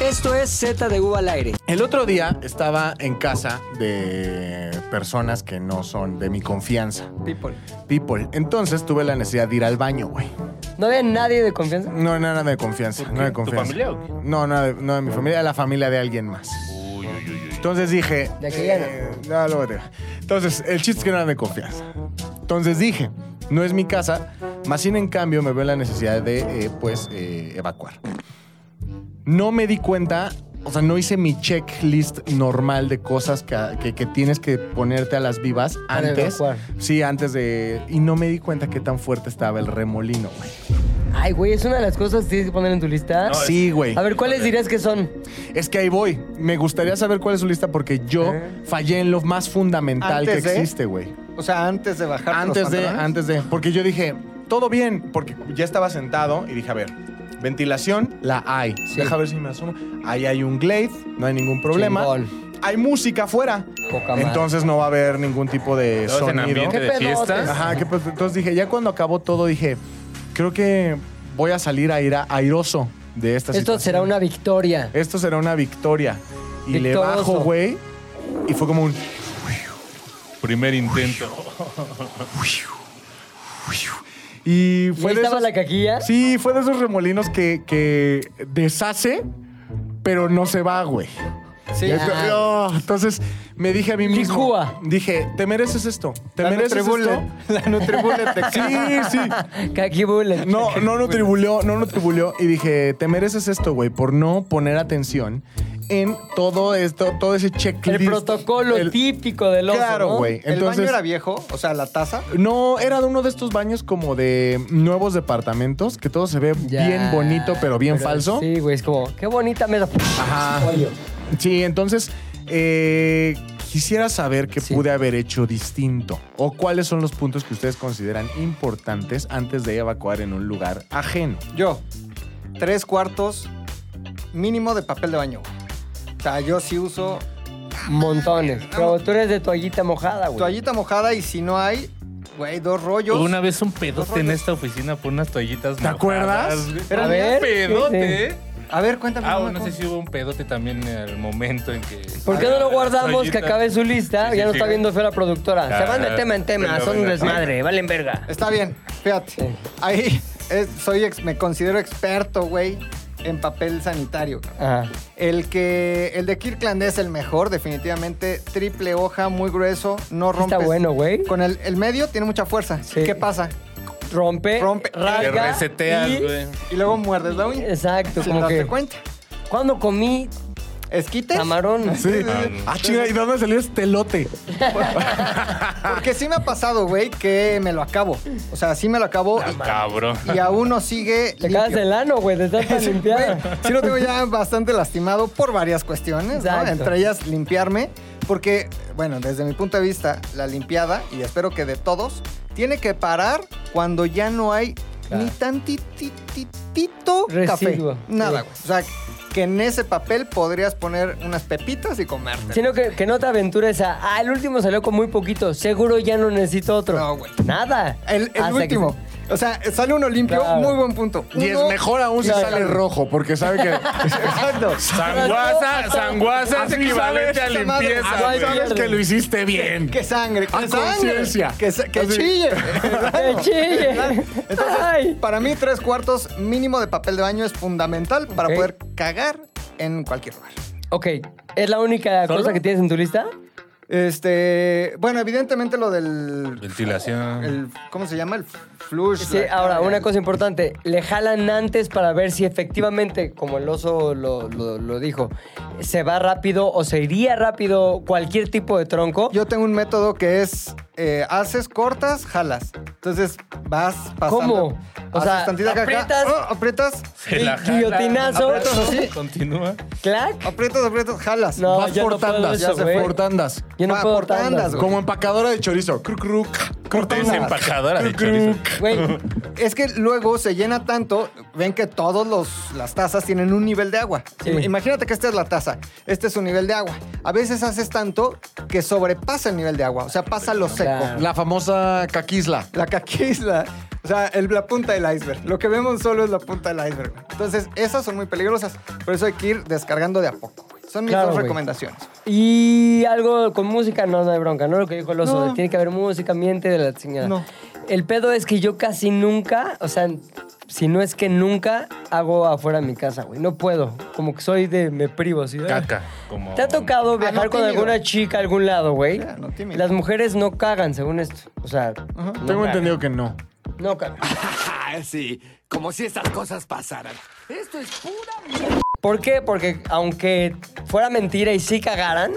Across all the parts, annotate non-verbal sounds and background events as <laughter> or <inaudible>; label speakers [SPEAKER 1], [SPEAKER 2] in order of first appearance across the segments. [SPEAKER 1] Esto es Z de U al aire.
[SPEAKER 2] El otro día estaba en casa de personas que no son de mi confianza.
[SPEAKER 3] People.
[SPEAKER 2] People. Entonces tuve la necesidad de ir al baño, güey.
[SPEAKER 1] ¿No había nadie de confianza?
[SPEAKER 2] No, nada de confianza. No de
[SPEAKER 4] ¿Tu
[SPEAKER 2] confianza.
[SPEAKER 4] familia o qué?
[SPEAKER 2] No, no de, no de mi familia, de la familia de alguien más.
[SPEAKER 4] Uy, uy, uy, uy.
[SPEAKER 2] Entonces dije. eh,
[SPEAKER 1] De aquella
[SPEAKER 2] no, luego te digo. Entonces, el chiste es que no era de confianza. Entonces dije, no es mi casa, más sin en cambio me veo la necesidad de, eh, pues, eh, evacuar. No me di cuenta, o sea, no hice mi checklist normal de cosas que, que- que tienes que ponerte a las vivas
[SPEAKER 1] Para
[SPEAKER 2] antes.
[SPEAKER 1] evacuar.
[SPEAKER 2] Sí, antes de. Y no me di cuenta qué tan fuerte estaba el remolino, güey.
[SPEAKER 1] Ay, güey, es una de las cosas que tienes que poner en tu lista.
[SPEAKER 4] No, es-
[SPEAKER 2] Sí, güey.
[SPEAKER 1] A ver, ¿cuáles dirías que son?
[SPEAKER 2] Es que ahí voy. Me gustaría saber cuál es su lista porque yo fallé en lo más fundamental que
[SPEAKER 3] Antes de-
[SPEAKER 2] existe, güey.
[SPEAKER 3] O sea, antes de bajar
[SPEAKER 2] Antes de, antes de. Porque yo dije, todo bien, porque ya estaba sentado y dije, a ver, ventilación la hay. Deja ver si me asomo. Ahí hay un glade, no hay ningún problema.
[SPEAKER 1] Chingón.
[SPEAKER 2] Hay música afuera.
[SPEAKER 1] Poca madre.
[SPEAKER 2] Entonces no va a haber ningún tipo de
[SPEAKER 4] Todos en
[SPEAKER 2] sonido.
[SPEAKER 4] ambiente
[SPEAKER 1] ¿Qué
[SPEAKER 4] de
[SPEAKER 1] pedotes?
[SPEAKER 4] fiesta.
[SPEAKER 2] Ajá, que pues, entonces dije, ya cuando acabó todo, dije, creo que voy a salir a ir airoso de esta
[SPEAKER 1] Esto
[SPEAKER 2] situación.
[SPEAKER 1] será una victoria.
[SPEAKER 2] Esto será una victoria. Y le
[SPEAKER 1] Victorioso.
[SPEAKER 2] bajo, güey. Y fue como un.
[SPEAKER 4] Primer intento.
[SPEAKER 2] Y
[SPEAKER 1] ¿Y
[SPEAKER 2] fue
[SPEAKER 1] ahí
[SPEAKER 2] de
[SPEAKER 1] estaba
[SPEAKER 2] esos-
[SPEAKER 1] la caquilla? <laughs>
[SPEAKER 2] Sí, fue de esos remolinos que, que deshace, pero no se va, güey.
[SPEAKER 3] Sí.
[SPEAKER 2] Es-
[SPEAKER 1] Ah.
[SPEAKER 2] no, entonces me dije a mí mismo.
[SPEAKER 1] Licúa.
[SPEAKER 2] Dije, te mereces esto. Te
[SPEAKER 3] La
[SPEAKER 2] mereces
[SPEAKER 3] Nutribullet.
[SPEAKER 2] esto.
[SPEAKER 3] <laughs> La Nutribullet te
[SPEAKER 2] Sí, sí.
[SPEAKER 1] Kaki Bullet. <laughs>
[SPEAKER 2] No, no nutribuleó, no nutribuleó. Y dije, te mereces esto, güey, por no poner atención en todo esto, todo ese checklist.
[SPEAKER 1] El protocolo
[SPEAKER 2] El-
[SPEAKER 1] típico del oso,
[SPEAKER 2] Claro,
[SPEAKER 1] ¿no?
[SPEAKER 2] güey.
[SPEAKER 3] ¿El baño
[SPEAKER 2] Entonces-
[SPEAKER 3] era viejo? O sea, la taza.
[SPEAKER 2] No, era de uno de estos baños como de nuevos departamentos, que todo se ve
[SPEAKER 1] Ya.
[SPEAKER 2] bien bonito, pero bien
[SPEAKER 1] Pero
[SPEAKER 2] falso.
[SPEAKER 1] Sí, güey, es como, qué bonita mesa.
[SPEAKER 2] Ajá. Sí, entonces eh, quisiera saber qué
[SPEAKER 1] Sí.
[SPEAKER 2] pude haber hecho distinto o cuáles son los puntos que ustedes consideran importantes antes de evacuar en un lugar ajeno.
[SPEAKER 3] Yo, tres cuartos mínimo de papel de baño. O sea, yo sí uso
[SPEAKER 1] Montones. Pero tú eres de toallita mojada, güey.
[SPEAKER 3] toallita mojada y si no hay, güey, dos rollos.
[SPEAKER 4] Una vez un pedote en esta oficina por unas toallitas
[SPEAKER 2] ¿Te acuerdas?
[SPEAKER 4] mojadas, güey.
[SPEAKER 1] A
[SPEAKER 4] Era
[SPEAKER 1] ver,
[SPEAKER 4] un pedote.
[SPEAKER 1] sí,
[SPEAKER 3] A ver, cuéntame.
[SPEAKER 4] Ah,
[SPEAKER 3] no me
[SPEAKER 4] bueno, no sé
[SPEAKER 3] acuerdo.
[SPEAKER 4] si hubo un pedote también en el momento en que...
[SPEAKER 1] ¿Por qué no lo guardamos que acabe su lista?
[SPEAKER 4] Sí, sí,
[SPEAKER 1] ya no
[SPEAKER 4] sí,
[SPEAKER 1] está
[SPEAKER 4] güey.
[SPEAKER 1] viendo feo la productora. Se van de
[SPEAKER 4] Ah,
[SPEAKER 1] tema en tema,
[SPEAKER 4] pero
[SPEAKER 1] son un
[SPEAKER 4] venga.
[SPEAKER 1] desmadre, valen verga.
[SPEAKER 3] Está bien, fíjate.
[SPEAKER 1] Sí.
[SPEAKER 3] Ahí es- soy ex- me considero experto, güey, en papel sanitario.
[SPEAKER 1] Ajá.
[SPEAKER 3] El que el de Kirkland es el mejor, definitivamente. Triple hoja, muy grueso, no rompes.
[SPEAKER 1] Está bueno, güey.
[SPEAKER 3] Con el, el medio tiene mucha fuerza.
[SPEAKER 1] Sí.
[SPEAKER 3] ¿Qué pasa?
[SPEAKER 1] Rompe,
[SPEAKER 3] Rompe.
[SPEAKER 4] Te
[SPEAKER 1] rasga y-
[SPEAKER 4] reseteas, güey.
[SPEAKER 3] Y luego muerdes la uña.
[SPEAKER 1] Exacto,
[SPEAKER 3] Sin
[SPEAKER 1] como
[SPEAKER 3] darte
[SPEAKER 1] que...
[SPEAKER 3] cuenta.
[SPEAKER 1] ¿Cuándo comí
[SPEAKER 3] Esquites.
[SPEAKER 1] camarón?
[SPEAKER 2] Sí. Ah, chinga, ¿y dónde salió este lote?
[SPEAKER 3] <laughs> Porque sí me ha pasado, güey, que me lo acabo. O sea, sí me lo acabo.
[SPEAKER 4] Ah,
[SPEAKER 3] y-
[SPEAKER 4] Cabrón.
[SPEAKER 3] Y, aún no sigue.
[SPEAKER 1] Te acabas
[SPEAKER 3] limpio.
[SPEAKER 1] el ano, güey, te estás tan
[SPEAKER 3] Güey,
[SPEAKER 1] limpiada.
[SPEAKER 3] <laughs> sí lo tengo ya bastante lastimado por varias cuestiones, ¿no?
[SPEAKER 1] Exacto.
[SPEAKER 3] entre ellas limpiarme, porque, bueno, desde mi punto de vista, la limpiada, y espero que de todos, tiene que parar cuando ya no hay
[SPEAKER 1] Claro.
[SPEAKER 3] ni tantititito
[SPEAKER 1] Residuo.
[SPEAKER 3] café. Nada,
[SPEAKER 1] Sí.
[SPEAKER 3] güey. O sea, que en ese papel podrías poner unas pepitas y comerte.
[SPEAKER 1] Sino que, que no te aventures a, ah, el último salió con muy poquito, seguro ya no necesito otro.
[SPEAKER 3] No, güey.
[SPEAKER 1] Nada.
[SPEAKER 3] El, el
[SPEAKER 1] Hasta que- <laughs>
[SPEAKER 3] último. O sea, sale uno limpio,
[SPEAKER 1] Claro.
[SPEAKER 3] muy buen punto.
[SPEAKER 2] Y es
[SPEAKER 3] Uno-
[SPEAKER 2] mejor aún si
[SPEAKER 1] Claro.
[SPEAKER 2] sale rojo, Ah, porque sabe
[SPEAKER 1] <laughs>
[SPEAKER 2] que.
[SPEAKER 3] <laughs> Exacto.
[SPEAKER 4] Sanguasa, sanguasa es
[SPEAKER 2] Así
[SPEAKER 4] equivalente a
[SPEAKER 3] sabes, esta madre.
[SPEAKER 4] limpieza,
[SPEAKER 1] Ah,
[SPEAKER 2] Ahí
[SPEAKER 4] güey.
[SPEAKER 2] sabes que lo hiciste bien.
[SPEAKER 3] Que sangre, que
[SPEAKER 2] A
[SPEAKER 3] sangre.
[SPEAKER 2] conciencia.
[SPEAKER 3] Que, sa- que
[SPEAKER 2] Así. <laughs>
[SPEAKER 3] chille.
[SPEAKER 1] ¡Qué chille!
[SPEAKER 3] <laughs> Entonces,
[SPEAKER 1] Ay.
[SPEAKER 3] Para mí, tres cuartos mínimo de papel de baño es fundamental para
[SPEAKER 1] Ok.
[SPEAKER 3] poder cagar en cualquier lugar.
[SPEAKER 1] Ok, ¿es la única
[SPEAKER 4] ¿Solo?
[SPEAKER 1] cosa que tienes en tu lista?
[SPEAKER 3] Este, bueno, evidentemente lo del.
[SPEAKER 4] Ventilación.
[SPEAKER 3] el- ¿Cómo se llama? El flush.
[SPEAKER 1] Sí,
[SPEAKER 3] la-
[SPEAKER 1] ahora, una cosa importante, le jalan antes para ver si efectivamente, como el oso lo, lo- lo dijo, se va rápido o se iría rápido cualquier tipo de tronco.
[SPEAKER 3] Yo tengo un método que es: eh, haces, cortas, jalas. Entonces vas pasando.
[SPEAKER 1] ¿Cómo? O
[SPEAKER 3] O
[SPEAKER 1] sea,
[SPEAKER 3] sea, tantita caca,
[SPEAKER 1] aprietas-
[SPEAKER 3] ah, aprietas,
[SPEAKER 4] Se la jala.
[SPEAKER 1] guillotinazo.
[SPEAKER 4] Aprietas así. Continúa.
[SPEAKER 1] ¿Clac?
[SPEAKER 3] aprietas, aprietas, jalas.
[SPEAKER 1] No,
[SPEAKER 2] Vas
[SPEAKER 1] yo Ah,
[SPEAKER 2] por
[SPEAKER 1] no puedo
[SPEAKER 2] tandas,
[SPEAKER 1] eso,
[SPEAKER 2] por
[SPEAKER 1] güey.
[SPEAKER 2] tandas.
[SPEAKER 1] Yo no
[SPEAKER 3] Va,
[SPEAKER 1] puedo
[SPEAKER 3] por tandas,
[SPEAKER 1] tandas,
[SPEAKER 3] güey.
[SPEAKER 2] Como empacadora de chorizo. Cru, cru, ca, cru,
[SPEAKER 4] Te
[SPEAKER 2] tandas.
[SPEAKER 4] empajadora de
[SPEAKER 2] Cru,
[SPEAKER 4] chorizo.
[SPEAKER 2] cru, ca.
[SPEAKER 1] güey.
[SPEAKER 3] Es que luego se llena tanto, ven que todas las tazas tienen un nivel de agua.
[SPEAKER 1] Sí.
[SPEAKER 3] Im- Imagínate que esta es la taza, este es un nivel de agua. A veces haces tanto que sobrepasa el nivel de agua, o sea, pasa lo seco.
[SPEAKER 1] Claro.
[SPEAKER 2] La famosa caquisla.
[SPEAKER 3] La caquisla. O sea, el- la punta del iceberg. Lo que vemos solo es la punta del iceberg. güey. Entonces, esas son muy peligrosas. Por eso hay que ir descargando de a poco. güey. Son mis
[SPEAKER 1] Claro,
[SPEAKER 3] dos
[SPEAKER 1] güey.
[SPEAKER 3] recomendaciones.
[SPEAKER 1] Y algo con música, no, no hay bronca, ¿no? Lo que dijo el oso,
[SPEAKER 3] No.
[SPEAKER 1] de tiene que haber música, ambiente de la chingada.
[SPEAKER 3] No.
[SPEAKER 1] El pedo es que yo casi nunca, o sea, si no es que nunca, hago afuera de mi casa, güey. No puedo. Como que soy de, me privo, ¿sí?
[SPEAKER 4] Caca. Como...
[SPEAKER 1] ¿Te ha tocado viajar
[SPEAKER 3] no,
[SPEAKER 1] con
[SPEAKER 3] tímido.
[SPEAKER 1] alguna chica a algún lado, güey?
[SPEAKER 3] Ya, no, tímido.
[SPEAKER 1] Las mujeres no cagan, según esto. O sea, no
[SPEAKER 2] Tengo
[SPEAKER 1] cagan.
[SPEAKER 2] entendido que no.
[SPEAKER 1] No cagan.
[SPEAKER 5] Ah, sí, como si estas cosas pasaran. Esto es pura
[SPEAKER 1] ¿Por qué? Porque aunque fuera mentira y sí cagaran,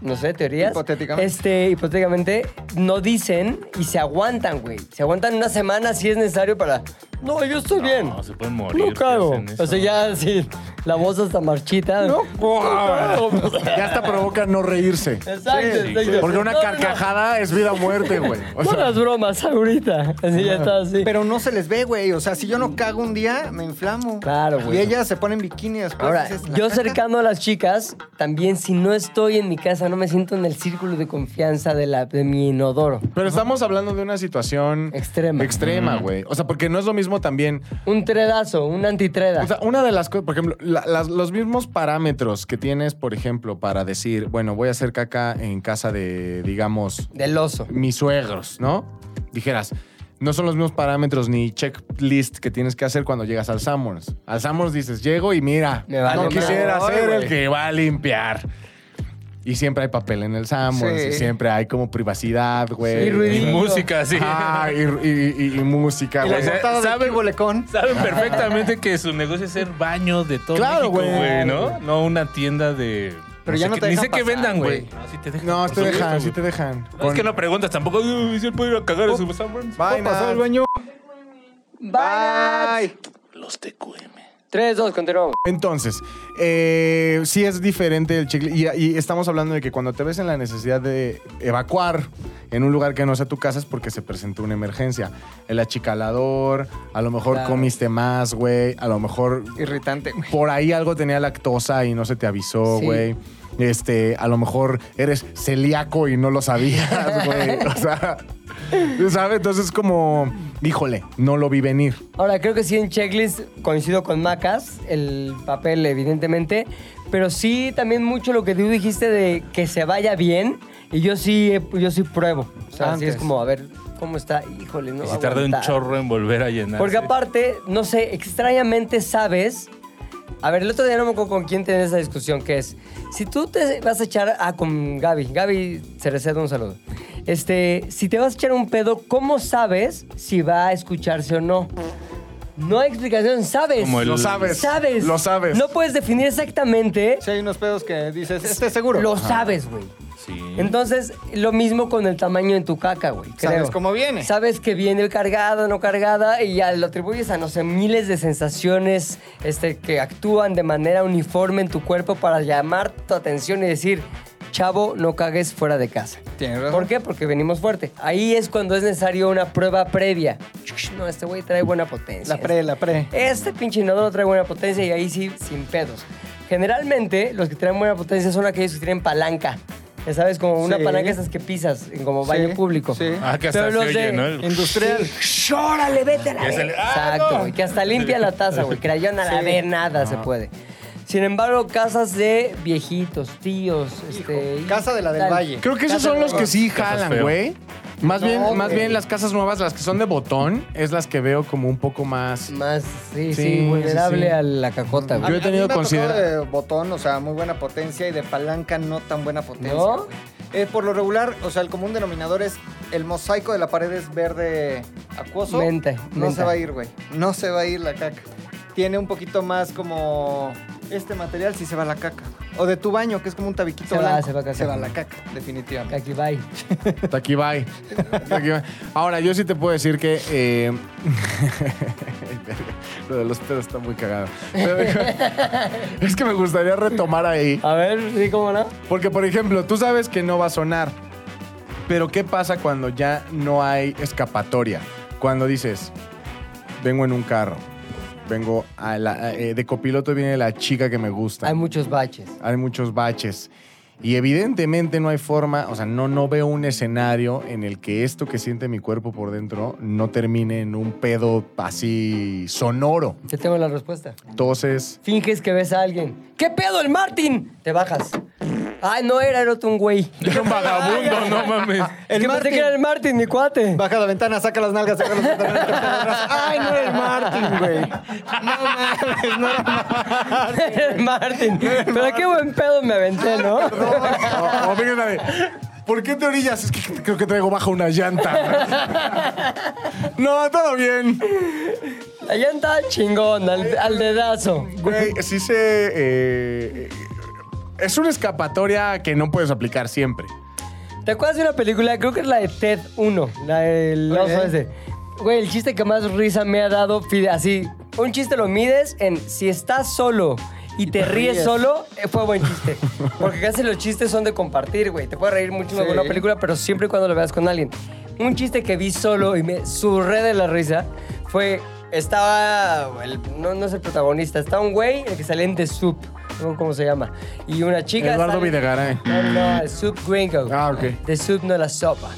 [SPEAKER 1] no sé, teorías.
[SPEAKER 3] Hipotéticamente.
[SPEAKER 1] Este, hipotéticamente, no dicen y se aguantan, güey. Se aguantan una semana si es necesario para. No, yo estoy bien.
[SPEAKER 4] No, se pueden morir.
[SPEAKER 1] No
[SPEAKER 4] si
[SPEAKER 1] cago.
[SPEAKER 4] hacen eso.
[SPEAKER 1] O sea, ya sí, la voz hasta marchita. <laughs> No, cago.
[SPEAKER 2] Ya hasta provoca no reírse.
[SPEAKER 1] Exacto,
[SPEAKER 4] Sí,
[SPEAKER 1] exacto.
[SPEAKER 2] Porque una
[SPEAKER 1] No, no, no.
[SPEAKER 2] carcajada es vida o muerte, güey. O
[SPEAKER 1] No
[SPEAKER 2] sea,
[SPEAKER 1] las bromas ahorita. Así ya está así.
[SPEAKER 3] Pero no se les ve, güey. O sea, si yo no cago un día, me inflamo.
[SPEAKER 1] Claro, güey.
[SPEAKER 3] Y ellas se ponen bikini después.
[SPEAKER 1] Ahora,
[SPEAKER 3] dices, la
[SPEAKER 1] yo
[SPEAKER 3] caca.
[SPEAKER 1] cercano a las chicas, también si no estoy en mi casa, no me siento en el círculo de confianza de, la, de mi inodoro.
[SPEAKER 2] pero estamos hablando de una situación
[SPEAKER 1] Extrema.
[SPEAKER 2] extrema, güey. O sea, porque no es lo mismo también.
[SPEAKER 1] Un tredazo, un antitreda.
[SPEAKER 2] O sea, una de las cosas, por ejemplo, la- las- los mismos parámetros que tienes, por ejemplo, para decir, bueno, voy a hacer caca en casa de, digamos,
[SPEAKER 1] del oso.
[SPEAKER 2] mis suegros, ¿no? Dijeras, no son los mismos parámetros ni checklist que tienes que hacer cuando llegas al Summers. Al Summers dices, llego y mira,
[SPEAKER 1] Me vale
[SPEAKER 2] no
[SPEAKER 1] madre,
[SPEAKER 2] quisiera ser
[SPEAKER 3] güey.
[SPEAKER 2] el que va a limpiar. Y siempre hay papel en el Summers,
[SPEAKER 3] Sí.
[SPEAKER 2] y siempre hay como privacidad, güey.
[SPEAKER 1] Sí, ruidito.
[SPEAKER 4] Y música, sí.
[SPEAKER 2] Ah, y, y- y- y música,
[SPEAKER 3] Y la
[SPEAKER 2] Ah, güey.
[SPEAKER 4] O sea,
[SPEAKER 3] cortada de
[SPEAKER 4] ¿sabe-
[SPEAKER 3] Kiko Lecón.
[SPEAKER 4] Saben perfectamente que su negocio es ser baños de todo
[SPEAKER 2] Claro,
[SPEAKER 4] México,
[SPEAKER 2] güey.
[SPEAKER 4] güey, ¿no? No una tienda de...
[SPEAKER 3] Pero
[SPEAKER 4] no
[SPEAKER 3] ya
[SPEAKER 4] sé
[SPEAKER 3] no
[SPEAKER 4] qué-
[SPEAKER 3] te
[SPEAKER 4] Ni
[SPEAKER 3] dejan
[SPEAKER 4] sé qué
[SPEAKER 3] pasar,
[SPEAKER 4] vendan,
[SPEAKER 3] güey.
[SPEAKER 4] güey. No, sí te dejan.
[SPEAKER 2] No, sí te
[SPEAKER 4] Por supuesto,
[SPEAKER 2] dejan, sí
[SPEAKER 4] güey.
[SPEAKER 2] te dejan.
[SPEAKER 4] No, Es que no preguntas tampoco. "Uy, Si él puede ir a cagar a su Sanborns.
[SPEAKER 3] ¿Puedo pasar al baño?
[SPEAKER 1] Bye.
[SPEAKER 3] Bye.
[SPEAKER 4] Los TQM.
[SPEAKER 1] Tres, dos, continuamos.
[SPEAKER 2] Entonces, eh, sí es diferente el chicle. Y, y estamos hablando de que cuando te ves en la necesidad de evacuar en un lugar que no sea tu casa es porque se presentó una emergencia. El achicalador, a lo mejor
[SPEAKER 1] Claro.
[SPEAKER 2] comiste más, güey. A lo mejor
[SPEAKER 3] Irritante, güey.
[SPEAKER 2] por ahí algo tenía lactosa y no se te avisó,
[SPEAKER 1] Sí.
[SPEAKER 2] güey. Este, a lo mejor eres celíaco y no
[SPEAKER 1] <laughs>
[SPEAKER 2] lo sabías, güey. O sea, ¿sabes? Entonces, como, híjole, no lo vi venir.
[SPEAKER 1] Ahora, creo que sí en checklist coincido con Macas, el papel evidentemente, pero sí también mucho lo que tú dijiste de que se vaya bien y yo sí, eh, yo sí pruebo. O sea, sí es
[SPEAKER 3] Antes.
[SPEAKER 1] como, a ver, ¿cómo está? Híjole, no va
[SPEAKER 4] Y si
[SPEAKER 1] a
[SPEAKER 4] tarda un
[SPEAKER 1] aguantar.
[SPEAKER 4] chorro en volver a llenar.
[SPEAKER 1] Porque aparte, no sé, extrañamente sabes. A ver, el otro día no me acuerdo con quién tenés esa discusión, que es. Si tú te vas a echar. Ah, con Gaby. Gaby se receta un saludo. Este, si te vas a echar un pedo, ¿cómo sabes si va a escucharse o no? No hay explicación, sabes.
[SPEAKER 4] Como el- Lo
[SPEAKER 2] sabes,
[SPEAKER 1] Sabes.
[SPEAKER 2] lo sabes.
[SPEAKER 1] No puedes definir exactamente.
[SPEAKER 3] Si hay unos pedos que dices, este seguro.
[SPEAKER 1] Lo sabes, güey.
[SPEAKER 4] Sí.
[SPEAKER 1] Entonces, lo mismo con el tamaño en tu caca, güey.
[SPEAKER 3] Sabes
[SPEAKER 1] creo.
[SPEAKER 3] cómo viene.
[SPEAKER 1] Sabes que viene cargada, no cargada, y ya lo atribuyes a, no sé, miles de sensaciones este, que actúan de manera uniforme en tu cuerpo para llamar tu atención y decir, chavo, no cagues fuera de casa.
[SPEAKER 3] Tienes razón.
[SPEAKER 1] ¿Por qué? Porque venimos fuerte. Ahí es cuando es necesario una prueba previa. No, este güey trae buena potencia.
[SPEAKER 3] La pre, la pre.
[SPEAKER 1] Este pinche inodoro trae buena potencia y ahí sí, sin pedos. Generalmente, los que traen buena potencia son aquellos que tienen palanca. Ya sabes, como una
[SPEAKER 3] Sí.
[SPEAKER 1] palanca esas que pisas, en como
[SPEAKER 3] Sí,
[SPEAKER 1] baño público.
[SPEAKER 3] sí.
[SPEAKER 4] Ah, que hasta
[SPEAKER 1] Pero
[SPEAKER 4] se
[SPEAKER 1] los
[SPEAKER 4] oye,
[SPEAKER 1] de-
[SPEAKER 4] ¿no? El-
[SPEAKER 3] Industrial.
[SPEAKER 1] Sí. ¡Órale, vete a la
[SPEAKER 4] Que se
[SPEAKER 1] verga!
[SPEAKER 4] le- ¡Ah,
[SPEAKER 1] Exacto,
[SPEAKER 4] no!
[SPEAKER 1] güey. Que hasta limpia la taza, güey. Crayón a la
[SPEAKER 3] Sí.
[SPEAKER 1] ver, nada se puede. Sin embargo, casas de viejitos, tíos, este... y
[SPEAKER 3] Casa de la del
[SPEAKER 1] tal.
[SPEAKER 3] Valle.
[SPEAKER 2] Creo que esos son los que sí
[SPEAKER 4] Casas
[SPEAKER 2] jalan,
[SPEAKER 4] feo.
[SPEAKER 2] güey. Más,
[SPEAKER 1] No,
[SPEAKER 2] bien, más
[SPEAKER 1] güey.
[SPEAKER 2] bien las casas nuevas, las que son de botón, es las que veo como un poco más.
[SPEAKER 1] Más, sí, sí,
[SPEAKER 2] Sí, sí,
[SPEAKER 1] vulnerable
[SPEAKER 2] sí.
[SPEAKER 1] a la cacota,
[SPEAKER 2] Yo
[SPEAKER 1] güey.
[SPEAKER 2] he tenido considera-
[SPEAKER 3] considerado de botón, o sea, muy buena potencia y de palanca no tan buena potencia.
[SPEAKER 1] ¿No?
[SPEAKER 3] güey. Eh, por lo regular, o sea, el común denominador es el mosaico de la pared es verde acuoso.
[SPEAKER 1] Menta,
[SPEAKER 3] No
[SPEAKER 1] menta.
[SPEAKER 3] se va a ir, güey. No se va a ir la caca. Tiene un poquito más como este material si se va la caca. O de tu baño, que es como un tabiquito
[SPEAKER 1] Se va,
[SPEAKER 3] blanco.
[SPEAKER 1] se va caca.
[SPEAKER 3] Se va la caca, definitivamente.
[SPEAKER 1] Aquí va.
[SPEAKER 2] Taquibay. Taquibay. Ahora, yo sí te puedo decir que. eh, <laughs> Lo de los pedos está muy cagado. Pero, <laughs> es que me gustaría retomar ahí.
[SPEAKER 1] A ver, sí, cómo no.
[SPEAKER 2] Porque, por ejemplo, tú sabes que no va a sonar. Pero, ¿qué pasa cuando ya no hay escapatoria? Cuando dices, vengo en un carro, vengo eh, a la- eh, de copiloto, viene la chica que me gusta.
[SPEAKER 1] Hay muchos baches.
[SPEAKER 2] hay muchos baches. Y evidentemente no hay forma, o sea, no, no veo un escenario en el que esto que siente mi cuerpo por dentro no termine en un pedo así sonoro.
[SPEAKER 1] Te tengo la respuesta.
[SPEAKER 2] Entonces,
[SPEAKER 1] Finges que ves a alguien. ¿Qué pedo el Martín? Te bajas. Ay, no era, era otro un güey.
[SPEAKER 4] Era <laughs> un
[SPEAKER 1] <laughs>
[SPEAKER 4] vagabundo, no mames.
[SPEAKER 1] El que pensé que era el Martín, mi cuate.
[SPEAKER 3] Baja la ventana, saca las nalgas, saca las pantalones, te pones- <laughs>
[SPEAKER 1] <laughs>
[SPEAKER 3] Ay, no era el Martin, güey. No mames, no era el Martin.
[SPEAKER 1] Era el Martín. Pero qué buen pedo me aventé, ¿no?
[SPEAKER 2] o, o venga una de, ¿por qué te orillas? Es que creo que traigo baja una llanta. no, todo bien.
[SPEAKER 1] Allá está chingón, al, al dedazo.
[SPEAKER 2] Güey, sí se... eh, es una escapatoria que no puedes aplicar siempre.
[SPEAKER 1] ¿Te acuerdas de una película? Creo que es la de Ted 1, la del oso ese. Güey, el chiste que más risa me ha dado, fide- así, un chiste lo mides en si estás solo y te ríes
[SPEAKER 3] ríes.
[SPEAKER 1] solo, eh, fue buen chiste. Porque casi los chistes son de compartir, güey. Te puedes reír mucho con
[SPEAKER 3] Sí.
[SPEAKER 1] una película, pero siempre y cuando lo veas con alguien. Un chiste que vi solo y me surré de la risa fue, estaba, el- no, no es el protagonista, estaba un güey, el que sale en The Soup, no sé cómo se llama, y una chica...
[SPEAKER 2] Eduardo
[SPEAKER 1] sale-
[SPEAKER 2] Videgaray.
[SPEAKER 1] No, no, The Soup Gringo.
[SPEAKER 2] Ah, ok.
[SPEAKER 1] De sub no la sopa.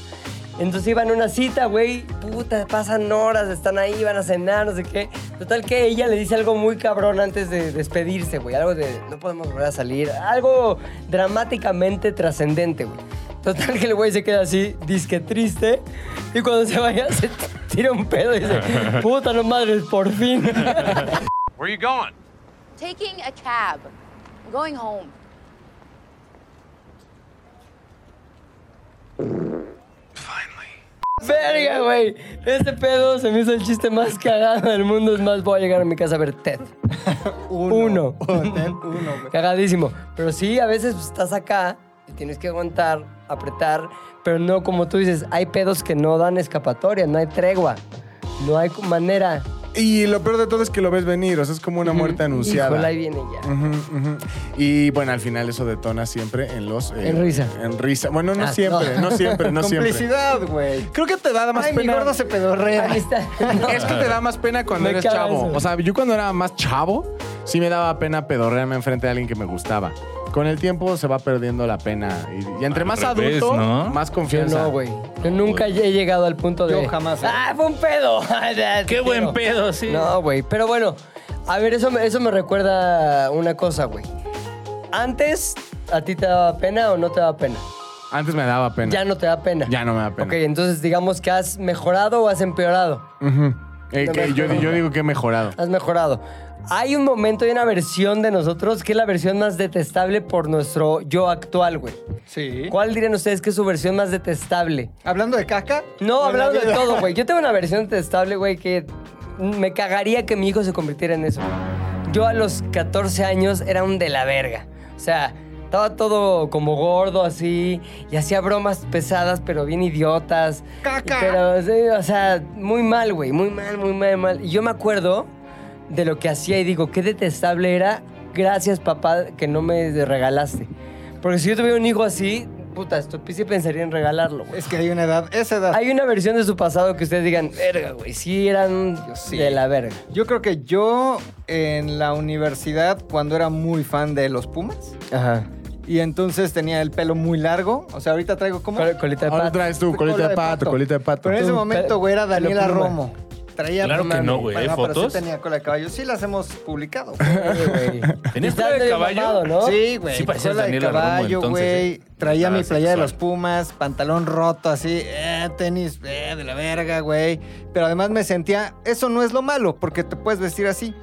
[SPEAKER 1] Entonces iban a una cita, güey. Puta, pasan horas, están ahí, van a cenar, no sé qué. Total que ella le dice algo muy cabrón antes de despedirse, güey. Algo de no podemos volver a salir. Algo dramáticamente trascendente, güey. Total que el güey se queda así, disque triste. Y cuando se vaya, se tira un pedo y
[SPEAKER 2] <laughs>
[SPEAKER 1] dice, puta, no madres, por fin. <laughs>
[SPEAKER 6] Where you going?
[SPEAKER 7] Taking a cab. I'm going home.
[SPEAKER 1] Verga, güey. Este pedo se me hizo el chiste más cagado del mundo. Es más, voy a llegar a mi casa a ver Ted. Uno.
[SPEAKER 3] Ted uno, güey.
[SPEAKER 1] Cagadísimo. Pero sí, a veces pues, estás acá y tienes que aguantar, apretar. Pero no, como tú dices, hay pedos que no dan escapatoria, no hay tregua. No hay manera.
[SPEAKER 2] Y lo peor de todo es que lo ves venir, o sea, es como una muerte anunciada.
[SPEAKER 1] Híjole, ahí viene ya.
[SPEAKER 2] Ujú, ujú. Y bueno, al final eso detona siempre en los... eh,
[SPEAKER 1] En risa.
[SPEAKER 2] En risa. Bueno, no
[SPEAKER 1] Ah,
[SPEAKER 2] siempre,
[SPEAKER 1] no.
[SPEAKER 2] no,
[SPEAKER 1] <laughs>
[SPEAKER 2] siempre, no siempre.
[SPEAKER 3] Complicidad, güey.
[SPEAKER 2] Creo que te da más
[SPEAKER 3] Ay, mi
[SPEAKER 2] pena...
[SPEAKER 3] gordo se pedorrea.
[SPEAKER 1] Ahí está.
[SPEAKER 2] Es que te da más pena cuando
[SPEAKER 1] Me
[SPEAKER 2] eres
[SPEAKER 1] caga
[SPEAKER 2] chavo.
[SPEAKER 1] eso.
[SPEAKER 2] O sea, yo cuando era más chavo, sí me daba pena pedorrearme enfrente de alguien que me gustaba. Con el tiempo se va perdiendo la pena. Y, y entre
[SPEAKER 4] Al
[SPEAKER 2] más
[SPEAKER 4] revés,
[SPEAKER 2] adulto,
[SPEAKER 4] ¿no?
[SPEAKER 2] más
[SPEAKER 1] Yo
[SPEAKER 2] confianza.
[SPEAKER 1] no, güey. Yo nunca he llegado al punto de.
[SPEAKER 3] Yo jamás, ¿eh?
[SPEAKER 1] ¡Ah, fue un pedo! <laughs>
[SPEAKER 4] Qué buen pedo, sí.
[SPEAKER 1] No, güey. Pero bueno, a ver, eso, me- eso me recuerda una cosa, güey. Antes, ¿a ti te daba pena o no te daba pena?
[SPEAKER 2] Antes me daba pena.
[SPEAKER 1] Ya no te da pena.
[SPEAKER 2] Ya no me da pena.
[SPEAKER 1] Ok, entonces digamos que has mejorado o has empeorado.
[SPEAKER 2] Ujú. Eh,
[SPEAKER 1] No
[SPEAKER 2] que
[SPEAKER 1] me-
[SPEAKER 2] yo, yo digo que he mejorado.
[SPEAKER 1] Has mejorado. Hay un momento y una versión de nosotros que es la versión más detestable por nuestro yo actual, güey.
[SPEAKER 3] Sí.
[SPEAKER 1] ¿Cuál dirían ustedes que es su versión más detestable?
[SPEAKER 3] Hablando de caca.
[SPEAKER 1] No,
[SPEAKER 3] o en
[SPEAKER 1] hablando
[SPEAKER 3] la
[SPEAKER 1] de
[SPEAKER 3] vida.
[SPEAKER 1] todo, güey. Yo tengo
[SPEAKER 3] <laughs>
[SPEAKER 1] una versión detestable, güey, que me cagaría que mi hijo se convirtiera en eso. Yo a los 14 años era un de la verga. O sea, estaba todo como gordo así y hacía bromas pesadas, pero bien idiotas.
[SPEAKER 3] Caca.
[SPEAKER 1] Pero, sí, o sea, muy mal, güey. Muy mal, muy mal, mal. Y yo me acuerdo de lo que hacía y digo, qué detestable era. Gracias, papá, que no me regalaste. Porque si yo tuviera un hijo así, puta, esto sí pensaría en regalarlo, güey.
[SPEAKER 3] Es que hay una edad, esa edad.
[SPEAKER 1] Hay una versión de su pasado que ustedes digan, verga, güey, sí eran
[SPEAKER 3] sí.
[SPEAKER 1] de la verga.
[SPEAKER 3] Yo creo que yo en la universidad, cuando era muy fan de los Pumas,
[SPEAKER 1] Ajá.
[SPEAKER 3] y entonces tenía el pelo muy largo. O sea, ahorita traigo como.
[SPEAKER 1] colita de
[SPEAKER 2] Ahora
[SPEAKER 1] pato.
[SPEAKER 2] traes tu colita de pato, colita de pato.
[SPEAKER 3] Pero en ese
[SPEAKER 1] Tú,
[SPEAKER 3] momento,
[SPEAKER 1] pe-
[SPEAKER 3] güey, era
[SPEAKER 1] pelo
[SPEAKER 3] Daniela
[SPEAKER 1] pluma.
[SPEAKER 3] Romo. Traía
[SPEAKER 4] Claro
[SPEAKER 3] pluma,
[SPEAKER 4] que no, güey. ¿Hay
[SPEAKER 3] Pero sí
[SPEAKER 4] fotos?
[SPEAKER 3] tenía cola de caballo. Sí las hemos publicado. <laughs>
[SPEAKER 1] Sí, güey.
[SPEAKER 4] ¿Tenías
[SPEAKER 1] Está
[SPEAKER 4] cola de
[SPEAKER 1] medio
[SPEAKER 4] caballo?
[SPEAKER 1] mamado, ¿no?
[SPEAKER 3] Sí, güey. pues,
[SPEAKER 4] Sí parecías
[SPEAKER 3] cola de
[SPEAKER 4] Daniela Romo,
[SPEAKER 3] caballo,
[SPEAKER 4] entonces,
[SPEAKER 3] güey.
[SPEAKER 4] ¿eh?
[SPEAKER 3] Traía
[SPEAKER 4] Ah,
[SPEAKER 3] mi playera de
[SPEAKER 4] sexual.
[SPEAKER 3] los Pumas, pantalón roto así, eh, tenis eh, de la verga, güey. Pero además me sentía, eso no es lo malo, porque te puedes vestir así.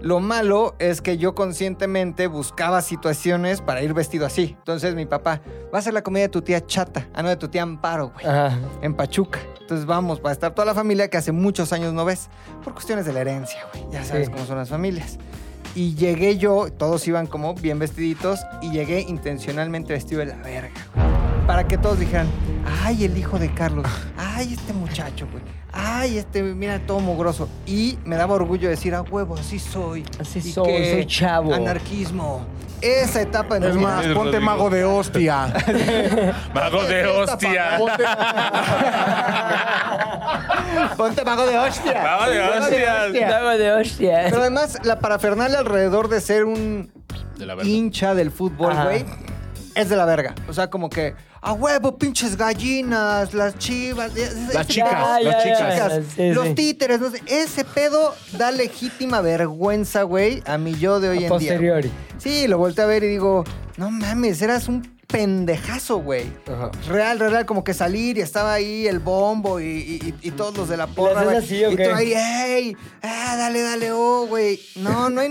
[SPEAKER 3] Lo malo es que yo conscientemente buscaba situaciones para ir vestido así. Entonces mi papá, va a ser la comida de tu tía Chata, ah no, de tu tía Amparo, güey
[SPEAKER 1] Ajá.
[SPEAKER 3] en Pachuca. Entonces vamos, para estar toda la familia que hace muchos años no ves, por cuestiones de la herencia, güey. Ya sabes
[SPEAKER 1] Sí.
[SPEAKER 3] cómo son las familias. Y llegué yo, todos iban como bien vestiditos, y llegué intencionalmente vestido de la verga, güey. Para que todos dijeran, ay, el hijo de Carlos, ay, este muchacho, güey, ay, este, mira, todo mugroso. Y me daba orgullo decir, a huevo, así soy.
[SPEAKER 1] Así
[SPEAKER 3] ¿Y
[SPEAKER 1] soy,
[SPEAKER 3] qué?
[SPEAKER 1] soy chavo.
[SPEAKER 3] Anarquismo. Esa etapa de
[SPEAKER 2] Es
[SPEAKER 3] mi
[SPEAKER 2] más,
[SPEAKER 3] vida-
[SPEAKER 2] ponte
[SPEAKER 4] Rodrigo.
[SPEAKER 2] mago de hostia.
[SPEAKER 4] Mago de hostia.
[SPEAKER 2] Ponte-
[SPEAKER 3] <laughs> Ponte mago de hostia.
[SPEAKER 4] Mago de hostias.
[SPEAKER 1] Dago de hostia.
[SPEAKER 3] Pero además, la parafernalia alrededor de ser un
[SPEAKER 4] De la verga.
[SPEAKER 3] hincha del fútbol,
[SPEAKER 1] Ajá.
[SPEAKER 3] güey, es de la verga. O sea, como que, a huevo, pinches gallinas, las chivas.
[SPEAKER 2] Las
[SPEAKER 3] ese-
[SPEAKER 2] chicas,
[SPEAKER 1] Ya,
[SPEAKER 2] las
[SPEAKER 1] ya, ya,
[SPEAKER 2] chicas.
[SPEAKER 1] ya, sí,
[SPEAKER 3] los
[SPEAKER 1] sí.
[SPEAKER 3] títeres, no sé. Ese pedo da legítima vergüenza, güey, a mi yo de hoy en día.
[SPEAKER 1] Posteriori.
[SPEAKER 3] Sí, lo volteé a ver y digo, no mames, eras un pendejazo, güey.
[SPEAKER 1] Ajá.
[SPEAKER 3] Real, real, como que salir y estaba ahí el bombo y, y- y- y todos los de la porra,
[SPEAKER 1] haces
[SPEAKER 3] güey.
[SPEAKER 1] así o
[SPEAKER 3] y
[SPEAKER 1] qué?
[SPEAKER 3] tú ahí, ¡ey! ¡Ah, dale, dale, oh, güey! No, no hay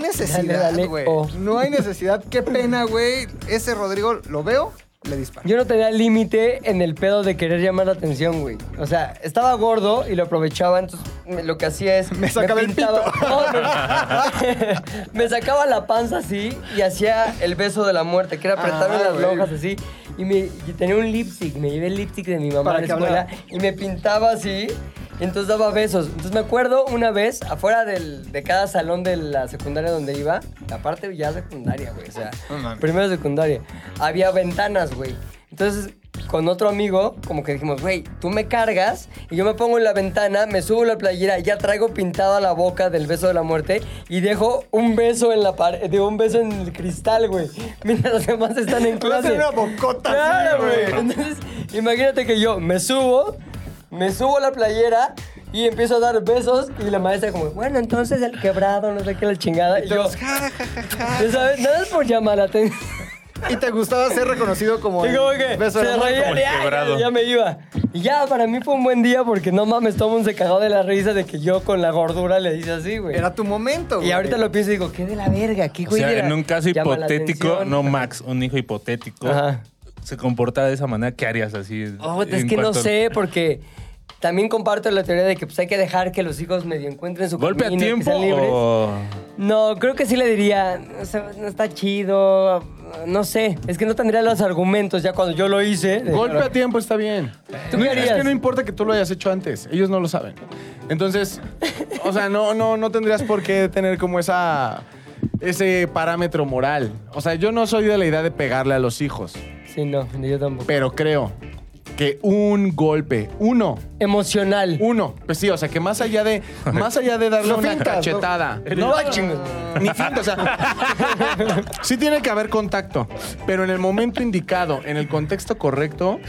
[SPEAKER 1] <laughs>
[SPEAKER 3] necesidad,
[SPEAKER 1] dale,
[SPEAKER 3] güey.
[SPEAKER 1] oh.
[SPEAKER 3] No hay necesidad. Qué pena, güey. Ese Rodrigo, lo veo, le disparo.
[SPEAKER 1] Yo no tenía límite en el pedo de querer llamar la atención, güey. O sea, estaba gordo y lo aprovechaba, entonces me- lo que hacía es...
[SPEAKER 3] Me sacaba el pito.
[SPEAKER 1] <laughs> No, no. <laughs> me sacaba la panza así y hacía el beso de la muerte, que era apretarme
[SPEAKER 3] Ah,
[SPEAKER 1] las
[SPEAKER 3] güey.
[SPEAKER 1] lonjas así. Y, me, y tenía un lipstick, me llevé el lipstick de mi mamá
[SPEAKER 3] Para
[SPEAKER 1] a la
[SPEAKER 3] que
[SPEAKER 1] escuela
[SPEAKER 3] hablara.
[SPEAKER 1] y me pintaba así. Y entonces daba besos. Entonces me acuerdo una vez, afuera del- de cada salón de la secundaria donde iba, la parte ya secundaria, güey. O sea, primero secundaria. Había ventanas, güey. Entonces, con otro amigo, como que dijimos, güey, tú me cargas y yo me pongo en la ventana, me subo la playera, y ya traigo pintada la boca del beso de la muerte y dejo un beso en la pared, digo, un beso en el cristal, güey. Mientras los demás están en
[SPEAKER 3] Vas a
[SPEAKER 1] clase.
[SPEAKER 3] hacer una bocota así,
[SPEAKER 1] Claro,
[SPEAKER 3] güey.
[SPEAKER 1] güey. Entonces, imagínate que yo me subo, me subo la playera y empiezo a dar besos y la maestra como, bueno, entonces el quebrado, no sé qué, la chingada. Y yo,
[SPEAKER 3] Todos, "Ja, ja, ja, ja".
[SPEAKER 1] ya ¿sabes? Nada es por llamar la atención.
[SPEAKER 3] Y te gustaba ser reconocido como
[SPEAKER 1] Y
[SPEAKER 3] el
[SPEAKER 1] como que
[SPEAKER 3] beso de
[SPEAKER 1] se
[SPEAKER 3] la muerte.
[SPEAKER 1] reía,
[SPEAKER 4] como el
[SPEAKER 1] ya, ya,
[SPEAKER 4] quebrado.
[SPEAKER 1] ya me iba. Y ya, para mí fue un buen día porque no mames, todo el mundo se cagó de la risa de que yo con la gordura le hice así, güey.
[SPEAKER 3] Era tu momento,
[SPEAKER 1] Y
[SPEAKER 3] güey.
[SPEAKER 1] ahorita lo pienso y digo, qué de la verga, qué
[SPEAKER 4] O
[SPEAKER 1] güey. de
[SPEAKER 4] sea,
[SPEAKER 1] la-
[SPEAKER 4] en un caso
[SPEAKER 1] llama la
[SPEAKER 4] hipotético,
[SPEAKER 1] atención?
[SPEAKER 4] no Max, un hijo hipotético,
[SPEAKER 1] Ajá.
[SPEAKER 4] se comportara de esa manera, ¿qué harías así?
[SPEAKER 1] Oh, es
[SPEAKER 4] en
[SPEAKER 1] que no
[SPEAKER 4] cuanto-
[SPEAKER 1] sé, porque también comparto la teoría de que pues, hay que dejar que los hijos medio encuentren su
[SPEAKER 4] ¿Golpe a
[SPEAKER 1] camino, que
[SPEAKER 4] tiempo
[SPEAKER 1] sean libres.
[SPEAKER 4] o...?
[SPEAKER 1] No, creo que sí le diría, o sea, no está chido, no sé. Es que no tendría los argumentos ya cuando yo lo hice. de-
[SPEAKER 2] Golpe a tiempo está bien.
[SPEAKER 1] ¿Tú
[SPEAKER 2] No,
[SPEAKER 1] qué
[SPEAKER 2] es
[SPEAKER 1] harías?
[SPEAKER 2] que no importa que tú lo hayas hecho antes, ellos no lo saben. Entonces, o sea, no, no, no tendrías por qué tener como esa ese parámetro moral. O sea, yo no soy de la idea de pegarle a los hijos,
[SPEAKER 1] Sí, no, ni yo tampoco.
[SPEAKER 2] pero creo que un golpe, uno,
[SPEAKER 1] Emocional.
[SPEAKER 2] uno, pues sí, o sea, que más allá de más allá de darle
[SPEAKER 3] No
[SPEAKER 2] una
[SPEAKER 3] fintas, no.
[SPEAKER 2] cachetada,
[SPEAKER 1] No, ay, chingo.
[SPEAKER 2] ni finta, o sea, <laughs> sí tiene que haber contacto, pero en el momento indicado, en el contexto correcto,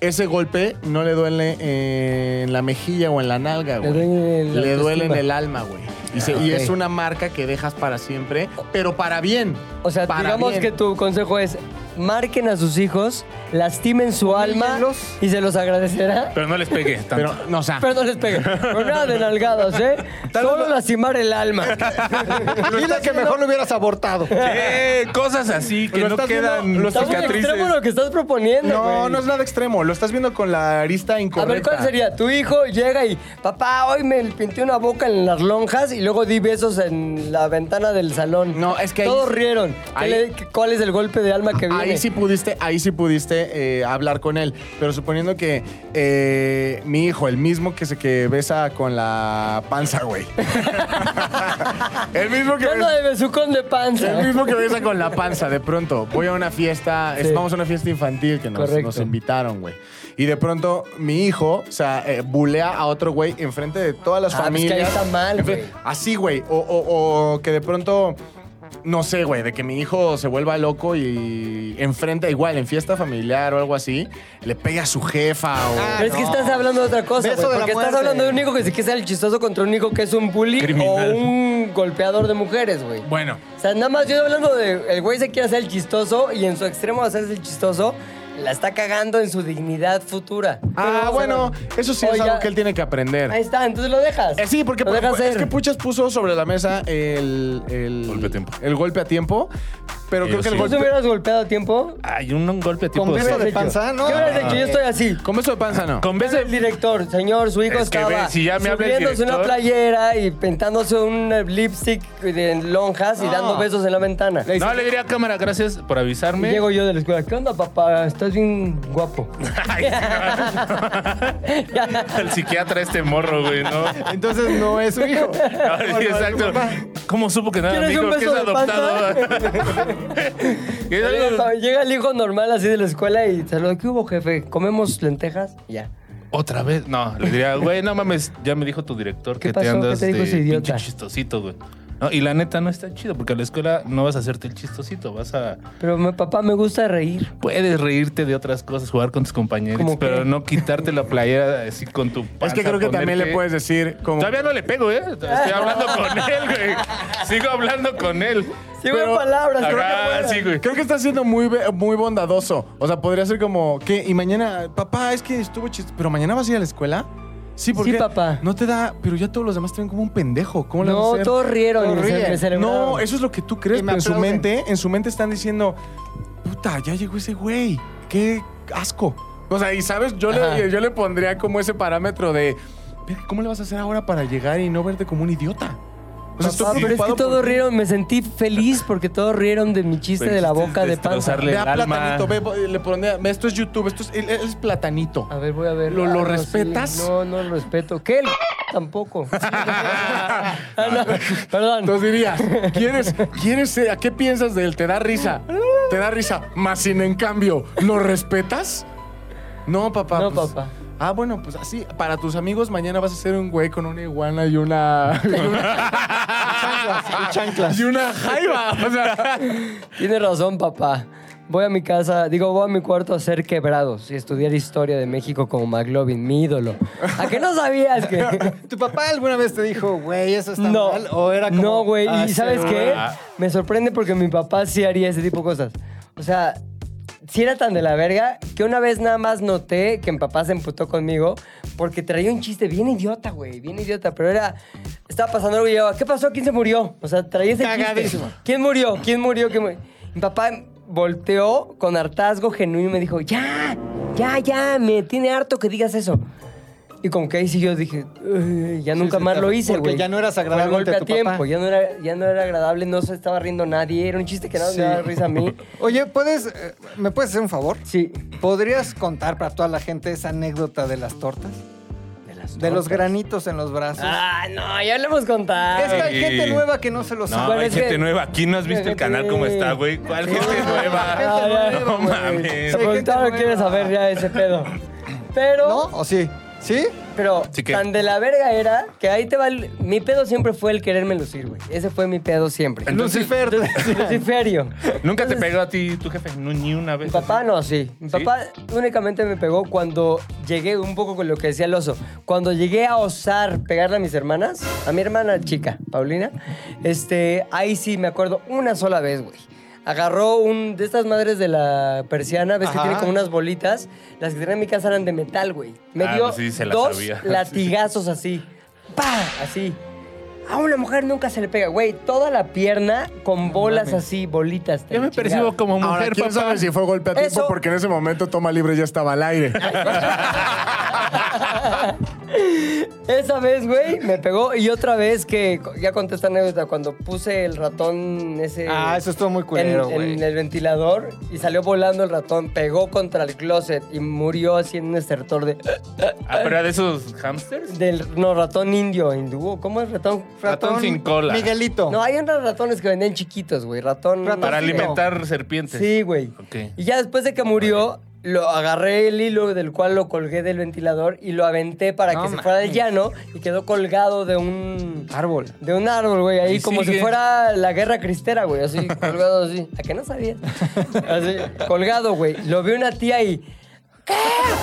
[SPEAKER 2] ese golpe no le duele eh, en la mejilla o en la nalga,
[SPEAKER 1] Le
[SPEAKER 2] güey.
[SPEAKER 1] duele en la
[SPEAKER 2] Le duele en
[SPEAKER 1] autoestima.
[SPEAKER 2] el alma, güey. Y, se-
[SPEAKER 1] Ah,
[SPEAKER 2] y
[SPEAKER 1] ok.
[SPEAKER 2] es una marca que dejas para siempre, pero para bien.
[SPEAKER 1] O sea,
[SPEAKER 2] para
[SPEAKER 1] digamos
[SPEAKER 2] bien.
[SPEAKER 1] que tu consejo es, marquen a sus hijos, lastimen su alma
[SPEAKER 3] Humíllenlos.
[SPEAKER 1] y se los agradecerá.
[SPEAKER 4] <laughs> Pero no les pegué tanto.
[SPEAKER 2] Pero, no, o sea, <laughs>
[SPEAKER 1] Pero no les peguen. Pero nada de nalgadas, ¿eh? Solo lastimar el alma.
[SPEAKER 3] Dile que mejor lo hubieras abortado.
[SPEAKER 4] Eh, Cosas así que
[SPEAKER 2] Lo
[SPEAKER 4] no
[SPEAKER 2] estás
[SPEAKER 4] quedan
[SPEAKER 2] viendo- lo estás
[SPEAKER 1] Está muy
[SPEAKER 4] cicatrices.
[SPEAKER 1] extremo lo que estás proponiendo.
[SPEAKER 2] no,
[SPEAKER 1] güey.
[SPEAKER 2] no es nada extremo. Lo estás viendo con la arista
[SPEAKER 1] A
[SPEAKER 2] incorrecta.
[SPEAKER 1] ver, ¿cuál sería? Tu hijo llega y, papá, hoy me pinté una boca en las lonjas y luego di besos en la ventana del salón.
[SPEAKER 2] No, es que ahí-
[SPEAKER 1] Todos rieron. ¿Qué
[SPEAKER 2] ahí-
[SPEAKER 1] le- ¿Cuál es el golpe de alma que viene?
[SPEAKER 2] Ahí sí pudiste, ahí sí pudiste eh, hablar con él. Pero suponiendo que eh, mi hijo, el mismo que se que besa con la panza,
[SPEAKER 1] <laughs>
[SPEAKER 2] güey. el mismo que
[SPEAKER 1] Anda de besucón de panza.
[SPEAKER 2] el mismo que besa con la panza, de pronto. Voy a una fiesta,
[SPEAKER 1] Sí.
[SPEAKER 2] es- vamos a una fiesta infantil que nos,
[SPEAKER 1] Correcto.
[SPEAKER 2] nos invitaron, güey. Y de pronto mi hijo, o sea, eh, bulea a otro güey enfrente de todas las
[SPEAKER 1] Ah, pues que
[SPEAKER 2] familias.
[SPEAKER 1] ahí está mal,
[SPEAKER 2] En fin,
[SPEAKER 1] güey.
[SPEAKER 2] Así, güey. O, o- o que de pronto, no sé, güey, de que mi hijo se vuelva loco y enfrente, igual, en fiesta familiar o algo así, le pegue a su jefa o.
[SPEAKER 3] Ah,
[SPEAKER 1] Pero es que estás hablando de otra cosa,
[SPEAKER 3] Beso
[SPEAKER 1] güey,
[SPEAKER 3] de la
[SPEAKER 1] porque estás
[SPEAKER 3] muerte.
[SPEAKER 1] hablando de un hijo que se quiere ser el chistoso contra un hijo que es un bully
[SPEAKER 4] Criminal.
[SPEAKER 1] o un golpeador de mujeres, güey.
[SPEAKER 4] Bueno,
[SPEAKER 1] O sea, nada más yo estoy hablando de el güey se quiere hacer el chistoso y en su extremo de hacerse el chistoso la está cagando en su dignidad futura.
[SPEAKER 2] Ah, bueno, eso sí es
[SPEAKER 1] Oiga,
[SPEAKER 2] algo que él tiene que aprender.
[SPEAKER 1] Ahí está, entonces lo dejas.
[SPEAKER 2] Eh, sí, porque
[SPEAKER 1] lo dejas
[SPEAKER 2] es
[SPEAKER 1] ser.
[SPEAKER 2] que Puchas puso sobre la mesa el, el-
[SPEAKER 4] Golpe a tiempo.
[SPEAKER 2] El golpe a tiempo. Pero
[SPEAKER 4] Yo
[SPEAKER 2] creo que el
[SPEAKER 4] sí.
[SPEAKER 1] ¿Vos
[SPEAKER 2] golpe.
[SPEAKER 1] hubieras golpeado a tiempo?
[SPEAKER 4] hay un, un golpe tipo...
[SPEAKER 3] Con
[SPEAKER 1] ¿Qué
[SPEAKER 3] beso
[SPEAKER 1] hubieras
[SPEAKER 3] de
[SPEAKER 1] hecho?
[SPEAKER 3] panza, ¿no?
[SPEAKER 1] ¿Qué hubieras hecho? Yo estoy así.
[SPEAKER 2] Con beso de panza, no.
[SPEAKER 4] Con beso
[SPEAKER 1] El director, señor, su hijo
[SPEAKER 4] Es que
[SPEAKER 1] estaba
[SPEAKER 4] ve, si ya me habla el
[SPEAKER 1] subiéndose una
[SPEAKER 4] director.
[SPEAKER 1] playera y pintándose un eh, lipstick de lonjas y
[SPEAKER 2] Ah.
[SPEAKER 1] dando besos en la ventana.
[SPEAKER 4] No, le diría a cámara, gracias por
[SPEAKER 1] Y
[SPEAKER 4] avisarme. <laughs>
[SPEAKER 1] llego yo de la escuela, ¿qué onda, papá? Estás bien
[SPEAKER 2] <laughs>
[SPEAKER 1] guapo. <laughs>
[SPEAKER 4] Ay, sí, no. <laughs> El psiquiatra este morro, güey, ¿no?
[SPEAKER 1] <laughs>
[SPEAKER 3] Entonces no es
[SPEAKER 4] <laughs>
[SPEAKER 3] su hijo.
[SPEAKER 4] Ah, sí, exacto. ¿Cómo supo que no era mi
[SPEAKER 1] ¿Quieres un
[SPEAKER 4] hijo? Ah, Que es
[SPEAKER 1] beso de
[SPEAKER 4] adoptado. <laughs>
[SPEAKER 1] <laughs>
[SPEAKER 4] Que es algo-
[SPEAKER 1] Llega, llega el hijo normal así de la escuela y saluda, ¿qué hubo, jefe? ¿Comemos lentejas? Ya.
[SPEAKER 2] <laughs>
[SPEAKER 4] Otra vez. No, le diría, güey, no mames, ya me dijo tu director
[SPEAKER 1] ¿Qué
[SPEAKER 4] que te
[SPEAKER 1] pasó?
[SPEAKER 4] andas
[SPEAKER 1] ¿Qué te dijo
[SPEAKER 4] de
[SPEAKER 1] ese idiota?
[SPEAKER 4] pinche chistosito, güey. No, y la neta no está chido, porque a la escuela no vas a hacerte el chistosito, vas a...
[SPEAKER 1] Pero mi papá me gusta reír.
[SPEAKER 4] Puedes reírte de otras cosas, jugar con tus compañeros,
[SPEAKER 1] ¿Cómo qué?
[SPEAKER 4] pero no quitarte la playera así con tu
[SPEAKER 2] Es que
[SPEAKER 4] panza,
[SPEAKER 2] creo que también
[SPEAKER 4] ponerte-
[SPEAKER 2] le puedes decir como...
[SPEAKER 4] Todavía no le pego, ¿eh? Estoy
[SPEAKER 2] <laughs>
[SPEAKER 4] hablando con él, güey. Sigo hablando con él.
[SPEAKER 1] Sí, güey, palabras, creo que
[SPEAKER 4] Ajá,
[SPEAKER 1] puedo.
[SPEAKER 4] sí, güey.
[SPEAKER 2] Creo que está siendo muy, be- muy bondadoso. O sea, podría ser como, ¿qué? Y mañana, papá, es que estuvo chiste. ¿Pero mañana vas a ir a la escuela? Sí, porque
[SPEAKER 1] Sí, papá.
[SPEAKER 2] no te da, pero ya todos los demás te ven como un pendejo. ¿Cómo le vas a
[SPEAKER 1] No,
[SPEAKER 2] hacer?
[SPEAKER 1] todos rieron. y
[SPEAKER 3] Todos
[SPEAKER 1] se-
[SPEAKER 3] ríen.
[SPEAKER 1] me celebraron.
[SPEAKER 2] No, eso es lo que tú crees,
[SPEAKER 3] Y me
[SPEAKER 2] pero en su
[SPEAKER 3] aplauden.
[SPEAKER 2] mente, en su mente están diciendo, puta, ya llegó ese güey, qué asco. O sea, y sabes, yo le, yo le pondría como ese parámetro de, "Verga, ¿cómo le vas a hacer ahora para llegar y no verte como un idiota? O sea, estoy
[SPEAKER 1] Papá, pero es que
[SPEAKER 2] preocupado
[SPEAKER 1] todos
[SPEAKER 2] por ti.
[SPEAKER 1] rieron, me sentí feliz porque todos rieron de mi chiste
[SPEAKER 4] Pero
[SPEAKER 1] de la
[SPEAKER 4] hiciste
[SPEAKER 1] boca de panza.
[SPEAKER 4] destrozarle
[SPEAKER 2] Ve
[SPEAKER 4] el
[SPEAKER 2] a
[SPEAKER 4] alma.
[SPEAKER 2] Platanito, ve, ve, le pondría, ve, esto es YouTube, esto es, él- él es Platanito.
[SPEAKER 1] A ver, voy a ver.
[SPEAKER 2] ¿Lo- lo
[SPEAKER 1] Ah, no,
[SPEAKER 2] respetas?
[SPEAKER 1] sí, No, no lo respeto. ¿Qué? El
[SPEAKER 2] <laughs>
[SPEAKER 1] Tampoco. <laughs> Ah, no, Perdón.
[SPEAKER 2] Entonces diría, ¿quieres, quieres, ser- ¿a qué piensas de él? ¿Te da risa? ¿Te da risa? Más sin en cambio, ¿lo respetas? No, papá.
[SPEAKER 1] No,
[SPEAKER 2] pues-
[SPEAKER 1] papá.
[SPEAKER 2] Ah, bueno, pues así, para tus amigos mañana vas a ser un güey con una iguana y una... y
[SPEAKER 4] <laughs>
[SPEAKER 2] una-
[SPEAKER 3] Y chanclas.
[SPEAKER 2] Y una jaiba. O sea,
[SPEAKER 1] Tienes razón, papá. Voy a mi casa, digo, voy a mi cuarto a ser quebrados y estudiar historia de México como McLovin, mi ídolo. ¿A qué no sabías que.?
[SPEAKER 3] ¿Tu papá alguna vez te dijo, güey, eso está
[SPEAKER 1] No,
[SPEAKER 3] mal? ¿O era como,
[SPEAKER 1] no, güey.
[SPEAKER 3] "Ah,
[SPEAKER 1] ¿Y
[SPEAKER 3] sí,
[SPEAKER 1] sabes
[SPEAKER 3] güey"?
[SPEAKER 1] qué? Me sorprende porque mi papá sí haría ese tipo de cosas. O sea, si era tan de la verga que una vez nada más noté que mi papá se emputó conmigo porque traía un chiste bien idiota, güey. Bien idiota, pero era... Estaba pasando algo y yo, ¿qué pasó? ¿Quién se murió? O sea, traía ese
[SPEAKER 3] Cagadísimo.
[SPEAKER 1] chiste. ¿Quién murió? ¿Quién murió? ¿Quién murió? Mi papá volteó con hartazgo genuino y me dijo, ya, ya, ya, me tiene harto que digas eso. Y como que ahí sí yo dije, "Ay, ya
[SPEAKER 3] Sí,
[SPEAKER 1] nunca
[SPEAKER 3] sí,
[SPEAKER 1] más
[SPEAKER 3] te-
[SPEAKER 1] lo hice, güey.
[SPEAKER 3] porque ya no eras
[SPEAKER 1] Fue el
[SPEAKER 3] agradable
[SPEAKER 1] golpe
[SPEAKER 3] ante
[SPEAKER 1] a
[SPEAKER 3] tu papá.
[SPEAKER 1] tiempo, ya no, era, ya no era agradable, no se estaba riendo nadie, era un chiste que nada más me
[SPEAKER 3] Sí.
[SPEAKER 1] daba risa a mí.
[SPEAKER 3] Oye, ¿puedes, eh, ¿me puedes hacer un favor?
[SPEAKER 1] Sí.
[SPEAKER 3] ¿Podrías contar para toda la gente esa anécdota de las tortas?
[SPEAKER 1] De, las
[SPEAKER 3] De los
[SPEAKER 1] tortas.
[SPEAKER 3] granitos en los brazos.
[SPEAKER 1] Ah, no, ya lo hemos contado.
[SPEAKER 3] es que hay
[SPEAKER 4] Ay.
[SPEAKER 3] gente nueva que no se lo
[SPEAKER 4] No,
[SPEAKER 3] sabe.
[SPEAKER 1] Bueno,
[SPEAKER 4] hay
[SPEAKER 1] es
[SPEAKER 4] gente
[SPEAKER 1] que-
[SPEAKER 4] nueva. Aquí no has visto el
[SPEAKER 1] Gente
[SPEAKER 4] canal cómo está, güey. ¿Cuál gente nueva?
[SPEAKER 1] Ah, ya,
[SPEAKER 4] No
[SPEAKER 1] güey.
[SPEAKER 4] mames.
[SPEAKER 1] Se preguntaron, quiere pues, saber ya ese pedo. Pero,
[SPEAKER 3] ¿No? ¿O sí? ¿Sí?
[SPEAKER 1] pero
[SPEAKER 4] Sí que-
[SPEAKER 1] tan de la verga era que ahí te va. el- Mi pedo siempre fue el quererme lucir, güey. Ese fue mi pedo siempre.
[SPEAKER 4] Entonces,
[SPEAKER 3] Lucifer. <laughs>
[SPEAKER 1] Luciferio.
[SPEAKER 4] ¿Nunca te pegó a ti tu jefe? No, ni una
[SPEAKER 1] Mi
[SPEAKER 4] vez.
[SPEAKER 1] papá
[SPEAKER 4] así.
[SPEAKER 1] no, sí. Mi
[SPEAKER 4] ¿Sí?
[SPEAKER 1] papá únicamente me pegó cuando llegué un poco con lo que decía el oso. Cuando llegué a osar pegarle a mis hermanas, a mi hermana chica, Paulina, este, ahí sí me acuerdo una sola vez, güey. Agarró un de estas madres de la persiana, ves que
[SPEAKER 3] Ajá.
[SPEAKER 1] tiene como unas bolitas. Las que tenía en mi casa eran de metal, güey. Me
[SPEAKER 4] Ah,
[SPEAKER 1] dio
[SPEAKER 4] pues sí, se la
[SPEAKER 1] dos
[SPEAKER 4] sabía. <laughs>
[SPEAKER 1] latigazos así. ¡Pah! Así. A una mujer nunca se le pega, güey. Toda la pierna con bolas así, bolitas.
[SPEAKER 4] Yo me
[SPEAKER 1] chingada.
[SPEAKER 4] percibo como mujer,
[SPEAKER 2] ahora, ¿quién
[SPEAKER 4] papá.
[SPEAKER 2] sabe si fue golpe a tiempo?
[SPEAKER 1] Eso-
[SPEAKER 2] Porque en ese momento Toma Libre ya estaba al aire.
[SPEAKER 1] <laughs> Esa vez, güey, me pegó. Y otra vez que ya conté esta anécdota, cuando puse el ratón ese.
[SPEAKER 3] Ah, eso estuvo muy
[SPEAKER 1] en,
[SPEAKER 3] culero, güey.
[SPEAKER 1] en el ventilador y salió volando el ratón, pegó contra el closet y murió así en un estertor de,
[SPEAKER 4] Ah, pero era de esos hamsters.
[SPEAKER 1] del no, ratón indio, hindú. ¿Cómo es ratón?
[SPEAKER 4] Ratón sin cola.
[SPEAKER 3] Miguelito.
[SPEAKER 1] No, hay unos ratones que venden chiquitos, güey. Ratón.
[SPEAKER 3] Ratón
[SPEAKER 4] Para
[SPEAKER 3] sí, no.
[SPEAKER 4] alimentar serpientes.
[SPEAKER 1] Sí, güey.
[SPEAKER 4] Ok.
[SPEAKER 1] Y ya después de que murió, lo agarré el hilo del cual lo colgué del ventilador y lo aventé para
[SPEAKER 3] No
[SPEAKER 1] que se fuera al
[SPEAKER 3] mames.
[SPEAKER 1] llano y quedó colgado de un
[SPEAKER 3] Árbol.
[SPEAKER 1] De un árbol, güey, ahí
[SPEAKER 4] Y
[SPEAKER 1] como si
[SPEAKER 4] sigue.
[SPEAKER 1] fuera la guerra cristera, güey,
[SPEAKER 3] <laughs>
[SPEAKER 1] así colgado así. ¿A qué no sabías? Así, colgado, güey. Lo vi una tía y. ¿Qué?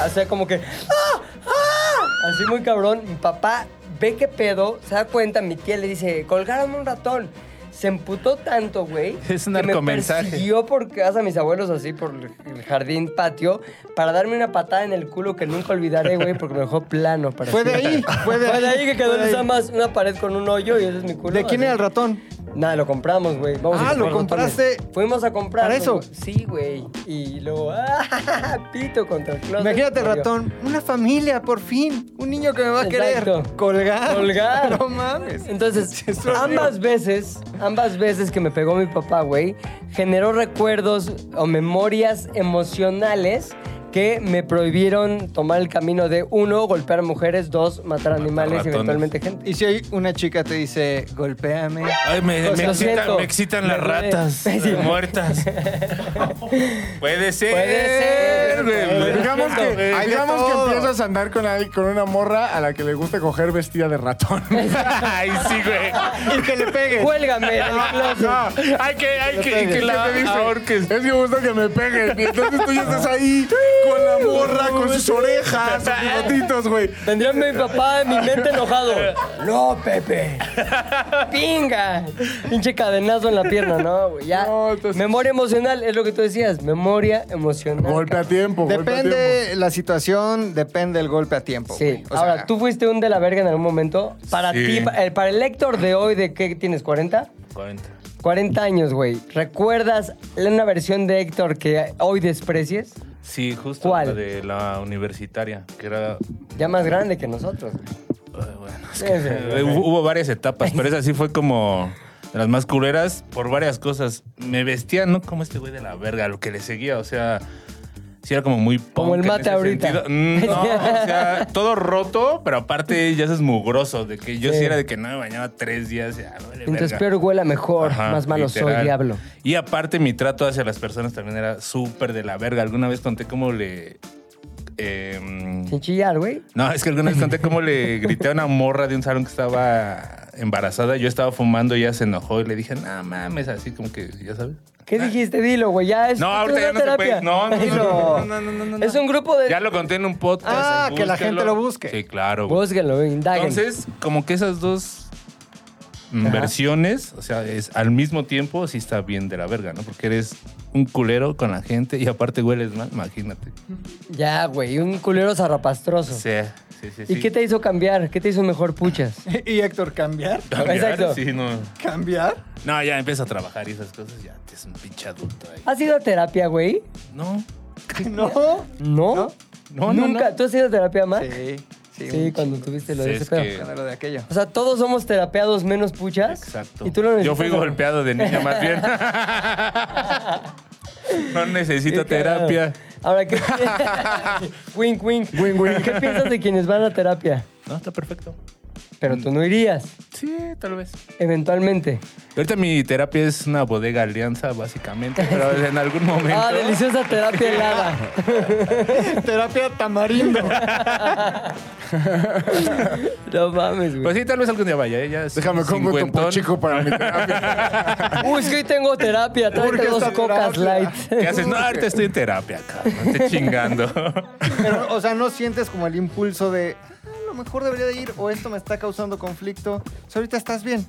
[SPEAKER 1] O sea, como que. ¡Ah! ¡Ah! Así muy cabrón. Mi papá ve qué pedo, se da cuenta, mi tía le dice: colgaron un ratón. Se emputó tanto, güey.
[SPEAKER 4] Es un
[SPEAKER 1] que me
[SPEAKER 4] narcomensaje.
[SPEAKER 1] persiguió por casa a mis abuelos así, por el jardín patio, para darme una patada en el culo que nunca olvidaré, güey, porque me dejó plano. Para
[SPEAKER 3] Fue de
[SPEAKER 1] siempre.
[SPEAKER 3] ahí, fue de
[SPEAKER 1] Fue de
[SPEAKER 3] ahí,
[SPEAKER 1] ahí que quedó
[SPEAKER 3] fue
[SPEAKER 1] en
[SPEAKER 3] de ahí.
[SPEAKER 1] esa más una pared con un hoyo y ese es mi culo.
[SPEAKER 3] ¿De quién
[SPEAKER 1] así.
[SPEAKER 3] era el ratón?
[SPEAKER 1] Nada, lo compramos, güey. Vamos a
[SPEAKER 3] Ah, ¿lo
[SPEAKER 1] comprar ratones.
[SPEAKER 3] compraste?
[SPEAKER 1] Fuimos a comprar.
[SPEAKER 3] ¿Para eso?
[SPEAKER 1] Sí, güey. Y luego, <laughs> ¡ah! Pito contra el closet.
[SPEAKER 3] Imagínate el
[SPEAKER 1] Murió.
[SPEAKER 3] ratón. Una familia, por fin. Un niño que me va a querer.
[SPEAKER 1] Exacto.
[SPEAKER 3] Colgar.
[SPEAKER 1] Colgar.
[SPEAKER 3] <laughs> No mames.
[SPEAKER 1] Entonces,
[SPEAKER 3] Es horrible.
[SPEAKER 1] ambas veces, ambas veces que me pegó mi papá, güey, generó recuerdos o memorias emocionales que me prohibieron tomar el camino de uno, golpear mujeres, dos, matar animales y
[SPEAKER 4] ratones.
[SPEAKER 1] eventualmente gente.
[SPEAKER 3] Y si hay una chica te dice, golpéame.
[SPEAKER 4] Ay, me,
[SPEAKER 1] Pues
[SPEAKER 4] me
[SPEAKER 1] lo
[SPEAKER 4] excita-
[SPEAKER 1] siento.
[SPEAKER 4] me excitan
[SPEAKER 1] Me
[SPEAKER 4] las
[SPEAKER 1] duele. <laughs>
[SPEAKER 4] ratas
[SPEAKER 1] Sí.
[SPEAKER 4] eh, muertas. <laughs> Puede ser.
[SPEAKER 1] Puede ser,
[SPEAKER 4] güey.
[SPEAKER 1] güey.
[SPEAKER 2] Digamos que,
[SPEAKER 4] Güey,
[SPEAKER 2] digamos
[SPEAKER 4] de
[SPEAKER 2] que
[SPEAKER 4] todo.
[SPEAKER 2] empiezas a andar con, alguien- con una morra a la que le gusta coger vestida
[SPEAKER 1] <laughs>
[SPEAKER 2] de ratón.
[SPEAKER 4] <laughs> Ay, sí, güey.
[SPEAKER 3] Y que le pegue.
[SPEAKER 1] Cuélgame del closet.
[SPEAKER 4] No, hay que, hay que, que la
[SPEAKER 1] Ah,
[SPEAKER 4] ahorques.
[SPEAKER 2] Es que me gusta que me peguen. Y entonces tú ya estás ahí con la morra, con sus orejas, sus bigotitos, güey.
[SPEAKER 1] Tendría a mi papá en mi mente enojado. No, Pepe. Pinga. Pinche cadenazo en la pierna, ¿no? güey, Ya.
[SPEAKER 2] No, entonces-
[SPEAKER 1] Memoria emocional, es lo que tú decías. Memoria emocional.
[SPEAKER 2] Golpe a tiempo, golpe a tiempo.
[SPEAKER 3] Depende la situación, depende el golpe a tiempo.
[SPEAKER 1] Sí.
[SPEAKER 3] güey. O
[SPEAKER 1] Ahora,
[SPEAKER 3] sea,
[SPEAKER 1] ¿tú fuiste un de la verga en algún momento? Para
[SPEAKER 4] Sí.
[SPEAKER 1] ti, pa- eh, para el lector de hoy, ¿de qué tienes? ¿40?
[SPEAKER 4] 40.
[SPEAKER 1] 40 años, güey. ¿Recuerdas una versión de Héctor que hoy desprecies?
[SPEAKER 4] Sí, justo
[SPEAKER 1] ¿Cuál?
[SPEAKER 4] la de la universitaria, que era.
[SPEAKER 1] Ya más grande que nosotros. güey.
[SPEAKER 4] ay, Pues, bueno, es
[SPEAKER 1] Sí,
[SPEAKER 4] que,
[SPEAKER 1] sí,
[SPEAKER 4] eh, hubo, hubo varias etapas, pero esa sí fue como de las más culeras por varias cosas. Me vestía, no como este güey de la verga, lo que le seguía, o sea. Sí, era como muy
[SPEAKER 1] Como el
[SPEAKER 4] punk en
[SPEAKER 1] mate
[SPEAKER 4] ese
[SPEAKER 1] ahorita.
[SPEAKER 4] sentido.
[SPEAKER 1] <laughs>
[SPEAKER 4] Mm, No, o sea, todo roto, pero aparte ya es mugroso. De que yo sí,
[SPEAKER 1] Sí.
[SPEAKER 4] era de que no me bañaba tres días. Ya, vale,
[SPEAKER 1] Entonces,
[SPEAKER 4] verga.
[SPEAKER 1] peor huela mejor,
[SPEAKER 4] Ajá,
[SPEAKER 1] más malo soy,
[SPEAKER 4] literal.
[SPEAKER 1] diablo.
[SPEAKER 4] Y aparte, mi trato hacia las personas también era súper de la verga. Alguna vez conté cómo le. em,
[SPEAKER 1] Sin chillar, güey.
[SPEAKER 4] no, es que alguna vez conté cómo le grité a una morra de un salón que estaba embarazada. Yo estaba fumando, ella se enojó y le dije, no mames, así como que, ya sabes.
[SPEAKER 1] ¿Qué dijiste? Dilo, güey. Ya es
[SPEAKER 4] Ah. No,
[SPEAKER 1] es
[SPEAKER 4] ahorita
[SPEAKER 1] una
[SPEAKER 4] ya no se
[SPEAKER 1] terapia.
[SPEAKER 4] puede. No, no,
[SPEAKER 1] Dilo.
[SPEAKER 4] no, no, no, no, no, no.
[SPEAKER 1] Es un grupo de.
[SPEAKER 4] Ya lo conté en un podcast.
[SPEAKER 3] Ah,
[SPEAKER 4] ahí,
[SPEAKER 3] que la
[SPEAKER 4] búsquenlo.
[SPEAKER 3] gente lo busque.
[SPEAKER 4] Sí, claro. güey.
[SPEAKER 1] Búsquenlo, güey, indaguen.
[SPEAKER 4] Entonces, como que esas dos mm,
[SPEAKER 1] Ajá.
[SPEAKER 4] versiones, o sea, es al mismo tiempo sí está bien de la verga, ¿no? Porque eres un culero con la gente y aparte hueles mal, imagínate.
[SPEAKER 1] Ya, güey. Un culero zarrapastroso.
[SPEAKER 4] Sí, sí, sí.
[SPEAKER 1] ¿Y
[SPEAKER 4] sí.
[SPEAKER 1] qué te hizo cambiar? ¿Qué te hizo mejor puchas?
[SPEAKER 3] <laughs> ¿Y Héctor cambiar?
[SPEAKER 4] Cambiar,
[SPEAKER 1] Exacto.
[SPEAKER 4] Sí, no.
[SPEAKER 3] ¿Cambiar?
[SPEAKER 4] No, ya empiezas a trabajar y esas cosas, ya te es un pinche adulto ahí.
[SPEAKER 1] ¿Has ido a terapia, güey?
[SPEAKER 4] No.
[SPEAKER 3] No.
[SPEAKER 1] ¿No?
[SPEAKER 4] No, no,
[SPEAKER 1] ¿Nunca?
[SPEAKER 4] no.
[SPEAKER 1] ¿Tú has ido a terapia, Mac?
[SPEAKER 3] Sí, sí.
[SPEAKER 1] Sí,
[SPEAKER 3] un
[SPEAKER 1] cuando tuviste lo
[SPEAKER 4] Sí,
[SPEAKER 1] de ese
[SPEAKER 4] es
[SPEAKER 1] pedo.
[SPEAKER 4] que-
[SPEAKER 3] chingo de aquello.
[SPEAKER 1] O sea, todos somos terapeados menos puchas.
[SPEAKER 4] Exacto.
[SPEAKER 1] Y tú lo
[SPEAKER 4] Yo
[SPEAKER 1] necesitas,
[SPEAKER 4] fui
[SPEAKER 1] güey.
[SPEAKER 4] golpeado de niña
[SPEAKER 1] <laughs>
[SPEAKER 4] más bien. no necesito
[SPEAKER 1] Qué cagado.
[SPEAKER 4] terapia.
[SPEAKER 1] Ahora,
[SPEAKER 4] <laughs>
[SPEAKER 1] ¿qué? wink, wink.
[SPEAKER 2] Wink, wink.
[SPEAKER 1] ¿Qué piensas de quienes van a terapia?
[SPEAKER 4] No, está perfecto.
[SPEAKER 1] Pero tú no irías,
[SPEAKER 4] Sí, tal vez.
[SPEAKER 1] eventualmente.
[SPEAKER 4] Ahorita mi terapia es una bodega
[SPEAKER 1] <laughs>
[SPEAKER 4] alianza, básicamente, pero en algún momento.
[SPEAKER 1] Ah, deliciosa terapia helada.
[SPEAKER 4] <laughs>
[SPEAKER 3] Terapia tamarindo.
[SPEAKER 1] No mames, güey.
[SPEAKER 4] Pues sí, tal vez algún día vaya, ¿eh? ya es
[SPEAKER 2] Déjame compro un topo
[SPEAKER 4] cincuentón.
[SPEAKER 2] chico para mi terapia.
[SPEAKER 1] Uy, es que hoy tengo terapia. Tráete
[SPEAKER 3] Porque
[SPEAKER 1] dos
[SPEAKER 3] esta
[SPEAKER 1] cocas
[SPEAKER 3] terapia.
[SPEAKER 1] light.
[SPEAKER 4] ¿Qué haces? No, ahorita estoy en terapia, cabrón.
[SPEAKER 1] <laughs>
[SPEAKER 4] no Estoy chingando. <laughs>
[SPEAKER 3] Pero, o sea, no sientes como el impulso de "Ah, a lo mejor debería de ir o esto me está causando conflicto. O sea, ahorita estás bien.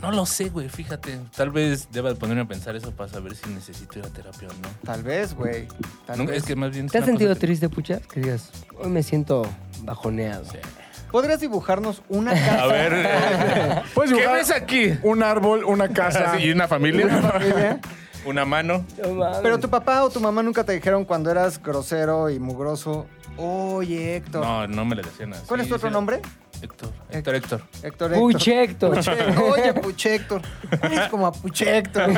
[SPEAKER 4] No lo sé, güey, fíjate. Tal vez deba de ponerme a pensar eso para saber si necesito ir a terapia o no.
[SPEAKER 3] Tal vez, güey. Tal
[SPEAKER 4] Nunca-
[SPEAKER 3] vez.
[SPEAKER 4] es que más bien. es
[SPEAKER 1] ¿Te has
[SPEAKER 4] una
[SPEAKER 1] sentido
[SPEAKER 4] cosa que-
[SPEAKER 1] triste, pucha? Que digas, hoy me siento bajoneado.
[SPEAKER 3] ¿Podrías dibujarnos
[SPEAKER 4] <laughs>
[SPEAKER 3] una
[SPEAKER 4] A
[SPEAKER 3] casa?
[SPEAKER 4] ver. eh,
[SPEAKER 2] Puedes
[SPEAKER 4] ¿Qué
[SPEAKER 2] dibujar
[SPEAKER 4] ves aquí?
[SPEAKER 2] Un árbol, una casa.
[SPEAKER 4] ¿Y una familia?
[SPEAKER 3] <laughs> familia.
[SPEAKER 4] <laughs> una mano.
[SPEAKER 1] No mames.
[SPEAKER 3] Pero tu papá o tu mamá nunca te dijeron cuando eras grosero y mugroso, oye, Héctor.
[SPEAKER 4] No, no me la decían así.
[SPEAKER 3] ¿Cuál es tu otro
[SPEAKER 4] Sí,
[SPEAKER 3] nombre?
[SPEAKER 4] Héctor. Héctor, Héctor.
[SPEAKER 3] Héctor. Héctor.
[SPEAKER 1] Puchecto.
[SPEAKER 3] Puche- Oye, <laughs> Puchector. Es como a <laughs> Puchector.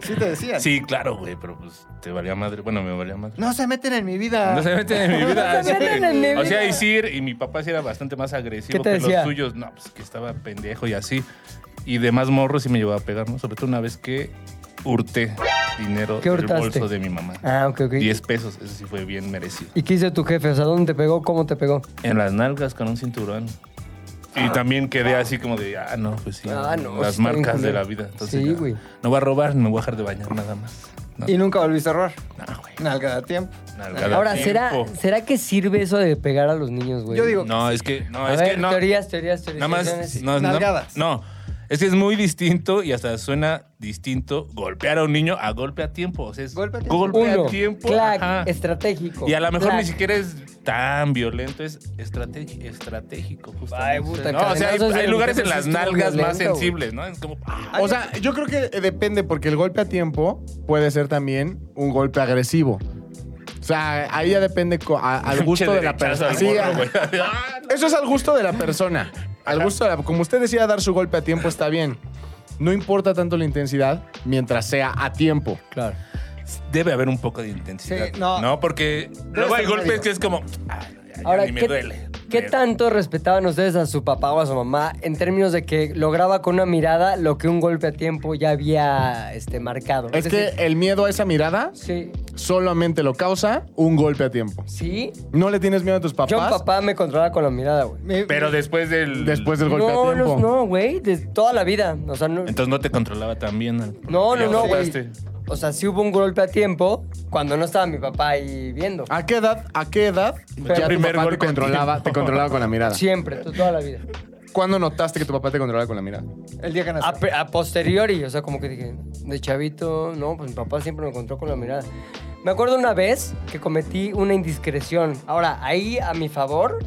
[SPEAKER 3] Sí te decían.
[SPEAKER 4] Sí, claro, güey, pero pues te valía madre. Bueno, me valía madre.
[SPEAKER 3] No se meten en mi
[SPEAKER 4] <laughs>
[SPEAKER 3] vida.
[SPEAKER 4] No se meten en mi vida.
[SPEAKER 1] No se meten en mi
[SPEAKER 4] O sea,
[SPEAKER 1] vida.
[SPEAKER 4] Isir y mi papá sí era bastante más agresivo
[SPEAKER 1] ¿Qué te
[SPEAKER 4] que
[SPEAKER 1] decía?
[SPEAKER 4] los suyos. No, pues que estaba pendejo y así. Y de más morro sí me llevaba a pegar, ¿no? Sobre todo una vez que hurté dinero
[SPEAKER 1] ¿Qué
[SPEAKER 4] del
[SPEAKER 1] hurtaste?
[SPEAKER 4] bolso de mi mamá.
[SPEAKER 1] Ah, ok, ok.
[SPEAKER 4] 10 pesos, eso sí fue bien merecido.
[SPEAKER 1] ¿Y qué hizo tu jefe? O sea, ¿dónde te pegó? ¿Cómo te pegó?
[SPEAKER 4] En las nalgas con un cinturón. Y también quedé así como de, ah, no, pues sí.
[SPEAKER 1] Ah, no,
[SPEAKER 4] las
[SPEAKER 1] sí está bien
[SPEAKER 4] marcas de
[SPEAKER 1] culero.
[SPEAKER 4] la vida. Entonces,
[SPEAKER 1] Sí,
[SPEAKER 4] ya,
[SPEAKER 1] güey.
[SPEAKER 4] No va a robar, me voy a dejar de bañar nada más. No,
[SPEAKER 3] Y nunca volviste a error.
[SPEAKER 4] no, güey.
[SPEAKER 3] Nalga de tiempo.
[SPEAKER 4] Nalgada
[SPEAKER 1] Ahora,
[SPEAKER 4] de
[SPEAKER 1] ¿será,
[SPEAKER 4] tiempo.
[SPEAKER 1] ¿será que sirve eso de pegar a los niños, güey?
[SPEAKER 3] Yo digo,
[SPEAKER 4] No, es que, no,
[SPEAKER 1] A
[SPEAKER 4] es
[SPEAKER 1] ver,
[SPEAKER 4] que no.
[SPEAKER 1] teorías, teorías, teorías.
[SPEAKER 4] Nada más.
[SPEAKER 1] teorías.
[SPEAKER 4] No, no,
[SPEAKER 3] Nalgadas.
[SPEAKER 4] no. Es que es muy distinto y hasta suena distinto golpear a un niño a golpe a tiempo. O sea, es
[SPEAKER 3] Golpe a tiempo.
[SPEAKER 4] golpe a
[SPEAKER 1] Uno,
[SPEAKER 4] tiempo.
[SPEAKER 1] clac,
[SPEAKER 4] ajá.
[SPEAKER 1] estratégico.
[SPEAKER 4] Y a lo mejor
[SPEAKER 1] clac.
[SPEAKER 4] ni siquiera es tan violento, es estrategi- estratégico, justamente.
[SPEAKER 1] Ay, puta,
[SPEAKER 4] No, o sea, hay,
[SPEAKER 1] cadenazos
[SPEAKER 4] hay
[SPEAKER 1] en-
[SPEAKER 4] lugares en
[SPEAKER 1] eso
[SPEAKER 4] las
[SPEAKER 1] estuvo
[SPEAKER 4] nalgas más
[SPEAKER 1] violento, güey.
[SPEAKER 4] sensibles, ¿no? Es como. ah,
[SPEAKER 2] O sea, yo creo que eh, depende, porque el golpe a tiempo puede ser también un golpe agresivo. O sea, ahí ya depende co- a- al gusto
[SPEAKER 4] pinche
[SPEAKER 2] de la
[SPEAKER 4] derechazo
[SPEAKER 2] persona.
[SPEAKER 4] al
[SPEAKER 2] Sí,
[SPEAKER 4] morro,
[SPEAKER 2] a-
[SPEAKER 4] güey. <laughs> Ah, no.
[SPEAKER 2] eso es al gusto de la persona. Al gusto de la- como usted decía, dar su golpe a tiempo está bien. No importa tanto la intensidad mientras sea a tiempo.
[SPEAKER 1] Claro.
[SPEAKER 4] debe haber un poco de intensidad.
[SPEAKER 3] Sí, no.
[SPEAKER 4] Porque luego hay
[SPEAKER 3] ser
[SPEAKER 4] golpes
[SPEAKER 3] medio.
[SPEAKER 4] que es como. "Ah, ya, ya
[SPEAKER 1] Ahora,
[SPEAKER 4] ni me
[SPEAKER 1] ¿qué,
[SPEAKER 4] duele.
[SPEAKER 1] qué
[SPEAKER 4] Me-
[SPEAKER 1] tanto respetaban ustedes a su papá o a su mamá en términos de que lograba con una mirada lo que un golpe a tiempo ya había este, marcado?
[SPEAKER 2] Es que
[SPEAKER 1] decir,
[SPEAKER 2] el miedo a esa mirada
[SPEAKER 1] Sí.
[SPEAKER 2] solamente lo causa un golpe a tiempo.
[SPEAKER 1] Sí.
[SPEAKER 2] No le tienes miedo a tus papás
[SPEAKER 1] Yo, papá, me controlaba con la mirada, güey.
[SPEAKER 3] Mi-
[SPEAKER 4] Pero después del.
[SPEAKER 2] después del golpe
[SPEAKER 1] No,
[SPEAKER 2] a tiempo.
[SPEAKER 1] no, no, güey. De toda la vida. O sea, no.
[SPEAKER 4] Entonces no te controlaba tan bien.
[SPEAKER 1] No, no,
[SPEAKER 4] Ya
[SPEAKER 1] no, güey.
[SPEAKER 4] aguantaste.
[SPEAKER 1] O sea, sí hubo un golpe a tiempo cuando no estaba mi papá ahí viendo.
[SPEAKER 2] ¿A qué edad? ¿A qué edad
[SPEAKER 1] el
[SPEAKER 2] ya tu
[SPEAKER 4] primer
[SPEAKER 2] papá te
[SPEAKER 4] golpe a
[SPEAKER 2] controlaba,
[SPEAKER 4] tiempo.
[SPEAKER 2] te controlaba con la mirada?
[SPEAKER 1] Siempre, tú- toda la vida.
[SPEAKER 2] ¿Cuándo notaste que tu papá te controlaba con la mirada?
[SPEAKER 3] El día que nací.
[SPEAKER 1] A, pe- a posteriori, o sea, como que dije, de chavito, no, pues mi papá siempre me encontró con la mirada. Me acuerdo una vez que cometí una indiscreción. Ahora, ahí a mi favor,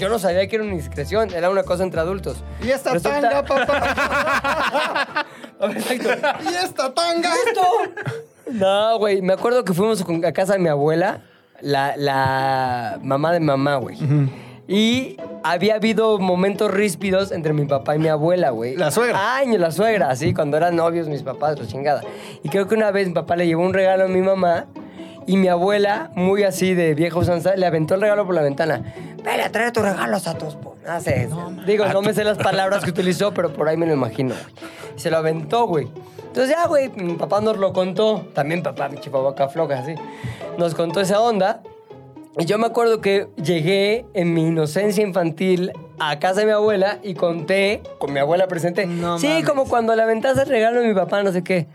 [SPEAKER 1] yo no sabía que era una indiscreción, era una cosa entre adultos.
[SPEAKER 3] Y esta
[SPEAKER 1] Resulta-
[SPEAKER 3] tanga,
[SPEAKER 4] <laughs>
[SPEAKER 3] papá.
[SPEAKER 1] Exacto.
[SPEAKER 3] Y esta tanga.
[SPEAKER 1] No, güey, me acuerdo que fuimos con- a casa de mi abuela, la, la mamá de mamá, güey. Y había habido momentos ríspidos entre mi papá y mi abuela, güey.
[SPEAKER 3] La suegra.
[SPEAKER 1] Años, la suegra, así, cuando eran novios mis papás, la chingada. Y creo que una vez mi papá le llevó un regalo a mi mamá y mi abuela, muy así de vieja usanza, le aventó el regalo por la ventana. Vele, trae tus regalos a tus... po-". No sé, digo, no me sé las palabras que utilizó, pero por ahí me lo imagino, güey. Y se lo aventó, güey. Entonces ya, güey, mi papá nos lo contó. También papá, mi chipaboca floja, así. Nos contó esa onda. Y yo me acuerdo que llegué en mi inocencia infantil a casa de mi abuela y conté, con mi abuela presente,
[SPEAKER 3] No
[SPEAKER 1] sí,
[SPEAKER 3] mames.
[SPEAKER 1] como cuando le aventaste el regalo de mi papá, no sé qué.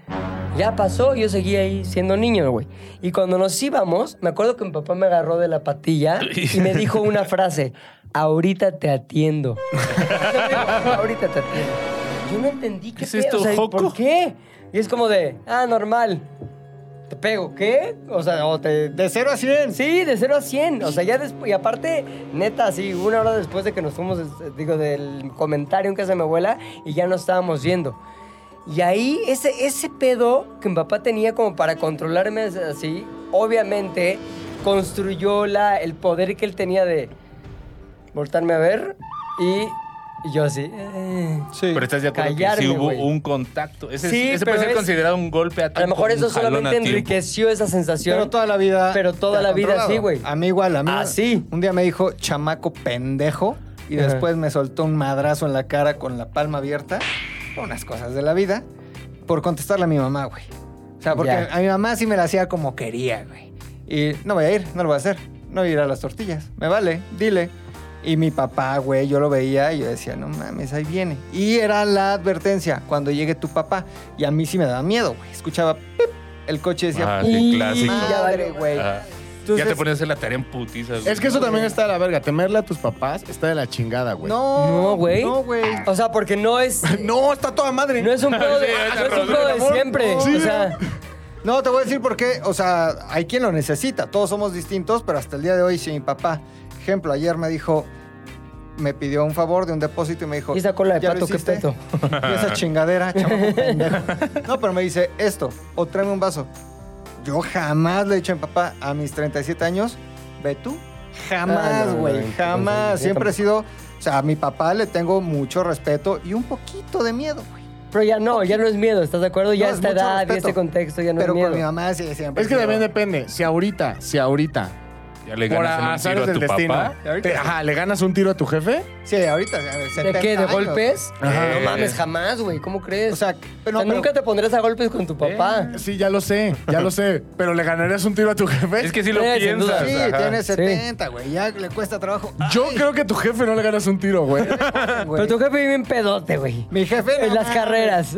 [SPEAKER 1] Ya pasó, yo seguí ahí siendo niño, güey. Y cuando nos íbamos, me acuerdo que mi papá me agarró de la
[SPEAKER 3] <laughs>
[SPEAKER 1] patilla y me dijo una frase, ahorita te atiendo. Yo le digo, <laughs> ahorita te atiendo. Yo no entendí qué,
[SPEAKER 4] ¿Es
[SPEAKER 1] pedo,
[SPEAKER 4] esto,
[SPEAKER 1] o sea, ¿Por
[SPEAKER 4] Joco?
[SPEAKER 1] qué? Y es como de, ah, normal. ¿Te pego qué? O sea, o te
[SPEAKER 3] De 0 a 100.
[SPEAKER 1] Sí, de 0 a 100. O sea, ya después. Y aparte, neta, así, una hora después de que nos fuimos, es- eh, digo, del comentario en casa de mi abuela, y ya nos estábamos yendo. Y ahí, ese, ese pedo que mi papá tenía como para controlarme así, obviamente construyó la, el poder que él tenía de voltarme a ver y, y yo así. eh.
[SPEAKER 3] Sí.
[SPEAKER 4] Pero estás de acuerdo
[SPEAKER 1] Callarme,
[SPEAKER 4] que sí hubo
[SPEAKER 1] güey.
[SPEAKER 4] un contacto. Ese,
[SPEAKER 1] Sí,
[SPEAKER 4] ese puede
[SPEAKER 1] pero
[SPEAKER 4] ser
[SPEAKER 1] es-
[SPEAKER 4] considerado un golpe a
[SPEAKER 1] A lo
[SPEAKER 4] tiempo,
[SPEAKER 1] mejor eso
[SPEAKER 4] un jalón a
[SPEAKER 1] solamente
[SPEAKER 4] tiempo.
[SPEAKER 1] enriqueció esa sensación.
[SPEAKER 3] Pero toda la vida.
[SPEAKER 1] Pero toda
[SPEAKER 3] te
[SPEAKER 1] la
[SPEAKER 3] ha
[SPEAKER 1] vida
[SPEAKER 3] controlado.
[SPEAKER 1] sí, güey.
[SPEAKER 3] A mí igual, a mí.
[SPEAKER 1] Ah, sí.
[SPEAKER 3] Un día me dijo chamaco pendejo y
[SPEAKER 1] Ajá.
[SPEAKER 3] después me soltó un madrazo en la cara con la palma abierta. Unas cosas de la vida. Por contestarle a mi mamá, güey. O sea, porque
[SPEAKER 1] Ya.
[SPEAKER 3] a mi mamá sí me la hacía como quería, güey. Y no voy a ir, no lo voy a hacer. No voy a ir a las tortillas. Me vale, dile. Y mi papá, güey, yo lo veía y yo decía, no mames, ahí viene. Y era la advertencia, cuando llegue tu papá. Y a mí sí me daba miedo, güey. Escuchaba pip, el coche decía,
[SPEAKER 4] Ah,
[SPEAKER 3] "Pu-
[SPEAKER 4] sí, clásico.
[SPEAKER 1] ya
[SPEAKER 3] madre,
[SPEAKER 1] vale.
[SPEAKER 3] güey.
[SPEAKER 4] Ajá. ya te ponías a hacer la tarea en putizas. güey.
[SPEAKER 2] Es que eso también está de la verga. Temerle a tus papás está de la chingada, güey.
[SPEAKER 3] No,
[SPEAKER 1] No, güey.
[SPEAKER 3] No, güey.
[SPEAKER 1] O sea, porque no es.
[SPEAKER 2] no, está toda madre.
[SPEAKER 1] No es
[SPEAKER 3] <laughs>
[SPEAKER 1] un pedo de,
[SPEAKER 4] Sí,
[SPEAKER 1] no es
[SPEAKER 4] pero
[SPEAKER 1] un pedo de
[SPEAKER 4] amor,
[SPEAKER 1] siempre.
[SPEAKER 2] no. Sí.
[SPEAKER 1] O sea,
[SPEAKER 3] No, te voy a decir por qué. O sea, hay quien lo necesita. Todos somos distintos, pero hasta el día de hoy, si mi papá, ejemplo, ayer me dijo, me pidió un favor de un depósito y me dijo.
[SPEAKER 1] Y esa cola de
[SPEAKER 3] "¿Ya lo
[SPEAKER 1] pato, qué
[SPEAKER 3] hiciste?".
[SPEAKER 1] peto.
[SPEAKER 3] Y
[SPEAKER 1] <laughs>
[SPEAKER 3] esa chingadera, chamaco pendejo. No, pero me dice esto, o tráeme un vaso. Yo jamás le he dicho a mi papá a mis 37 años, ve tú.
[SPEAKER 1] Ah, no,
[SPEAKER 3] Jamás,
[SPEAKER 1] no,
[SPEAKER 3] güey,
[SPEAKER 1] no, no, no, no,
[SPEAKER 3] jamás.
[SPEAKER 1] yo
[SPEAKER 3] Siempre
[SPEAKER 1] tampoco.
[SPEAKER 3] he sido, o sea, a mi papá le tengo mucho respeto y un poquito de miedo, güey.
[SPEAKER 1] Pero ya no, ya no es miedo, ¿estás de acuerdo? Ya
[SPEAKER 3] No, es
[SPEAKER 1] esta
[SPEAKER 3] mucho
[SPEAKER 1] edad y
[SPEAKER 3] respeto.
[SPEAKER 1] este contexto ya no
[SPEAKER 3] pero
[SPEAKER 1] es miedo.
[SPEAKER 3] con mi mamá sí, siempre.
[SPEAKER 2] Es que
[SPEAKER 3] he sido-
[SPEAKER 2] también depende. Si ahorita, si ahorita,
[SPEAKER 4] Ya le
[SPEAKER 2] por
[SPEAKER 4] ganas en
[SPEAKER 2] azares
[SPEAKER 4] un tiro a
[SPEAKER 2] del
[SPEAKER 4] tu
[SPEAKER 2] destino,
[SPEAKER 4] papá.
[SPEAKER 3] Ahorita
[SPEAKER 2] te-
[SPEAKER 3] sí.
[SPEAKER 2] ajá, le ganas un tiro a tu jefe,
[SPEAKER 3] Sí, ahorita. a ver,
[SPEAKER 1] ¿De
[SPEAKER 3] 70
[SPEAKER 1] qué? ¿De
[SPEAKER 3] años.
[SPEAKER 1] golpes?
[SPEAKER 4] Ajá.
[SPEAKER 1] No mames, jamás, güey. ¿Cómo crees?
[SPEAKER 3] O sea, pero
[SPEAKER 1] O sea,
[SPEAKER 3] no,
[SPEAKER 1] nunca
[SPEAKER 3] pero-
[SPEAKER 1] te pondrás a golpes con tu papá.
[SPEAKER 2] sí, ya lo sé, ya lo sé. Pero le ganarías un tiro a tu jefe.
[SPEAKER 4] Es que si lo
[SPEAKER 1] Eh, sin
[SPEAKER 4] piensas.
[SPEAKER 1] duda.
[SPEAKER 3] Sí,
[SPEAKER 4] ajá.
[SPEAKER 3] tiene
[SPEAKER 1] Sí.
[SPEAKER 3] 70, güey. Ya le cuesta trabajo.
[SPEAKER 2] yo creo que a tu jefe no le ganas un tiro, güey.
[SPEAKER 3] Güey.
[SPEAKER 1] Pero tu jefe vive en pedote, güey.
[SPEAKER 3] Mi jefe.
[SPEAKER 1] En
[SPEAKER 3] no
[SPEAKER 1] las
[SPEAKER 3] mames.
[SPEAKER 1] carreras.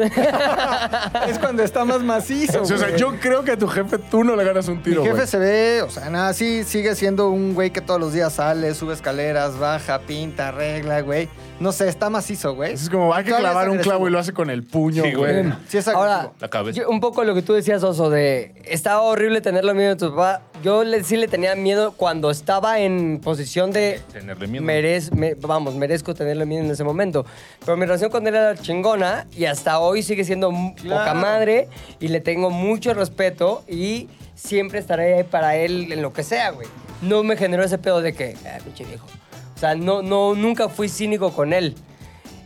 [SPEAKER 3] Es cuando está más macizo.
[SPEAKER 2] O sea, o sea,
[SPEAKER 3] güey.
[SPEAKER 2] yo creo que a tu jefe tú no le ganas un
[SPEAKER 3] Mi
[SPEAKER 2] tiro,
[SPEAKER 3] jefe
[SPEAKER 2] güey.
[SPEAKER 3] se ve, o sea, nada, sí sigue siendo un güey que todos los días sale, sube escaleras, baja, pinta, arregla, güey. No sé, está macizo, güey.
[SPEAKER 2] Es como, hay que
[SPEAKER 3] Todavía
[SPEAKER 2] clavar
[SPEAKER 3] es
[SPEAKER 2] un
[SPEAKER 3] agresivo.
[SPEAKER 2] clavo y lo hace con el puño,
[SPEAKER 4] Sí, güey.
[SPEAKER 2] güey.
[SPEAKER 3] Sí, es
[SPEAKER 1] Ahora,
[SPEAKER 3] agresivo.
[SPEAKER 4] La cabeza.
[SPEAKER 1] yo- un poco lo que tú decías, Oso, de estaba horrible tenerlo miedo de tu papá. Yo le- sí le tenía miedo cuando estaba en posición de
[SPEAKER 4] Tenerle miedo.
[SPEAKER 1] merez- me- vamos, merezco tenerlo miedo en ese momento. Pero mi relación con él era chingona y hasta hoy sigue siendo m-
[SPEAKER 3] Claro.
[SPEAKER 1] poca madre y le tengo mucho respeto y siempre estaré ahí para él en lo que sea, güey. No me generó ese pedo de que, ah, pinche viejo. O sea, no, no, nunca fui cínico con él.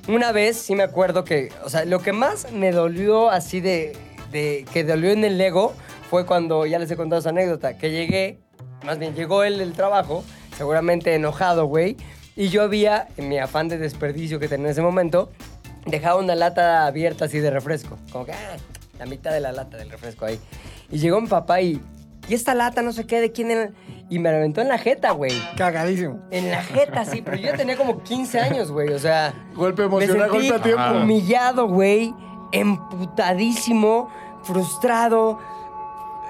[SPEAKER 1] Una vez sí me acuerdo que, o sea, lo que más me dolió así de, de- que dolió en el ego fue cuando, ya les he contado esa anécdota, que llegué, más bien llegó él del trabajo, seguramente enojado, güey, y yo había, en mi afán de desperdicio que tenía en ese momento, dejado una lata abierta así de refresco, como que ah, la mitad de la lata del refresco ahí. Y llegó mi papá y, y esta lata no sé qué, de quién era, y me la aventó en la jeta, güey.
[SPEAKER 3] Cagadísimo.
[SPEAKER 1] En la jeta, sí, pero yo ya tenía como 15 años, güey. O sea.
[SPEAKER 2] Golpe emocional,
[SPEAKER 1] me sentí
[SPEAKER 2] golpe a tiempo.
[SPEAKER 1] Ajá. Humillado, güey. Emputadísimo, frustrado.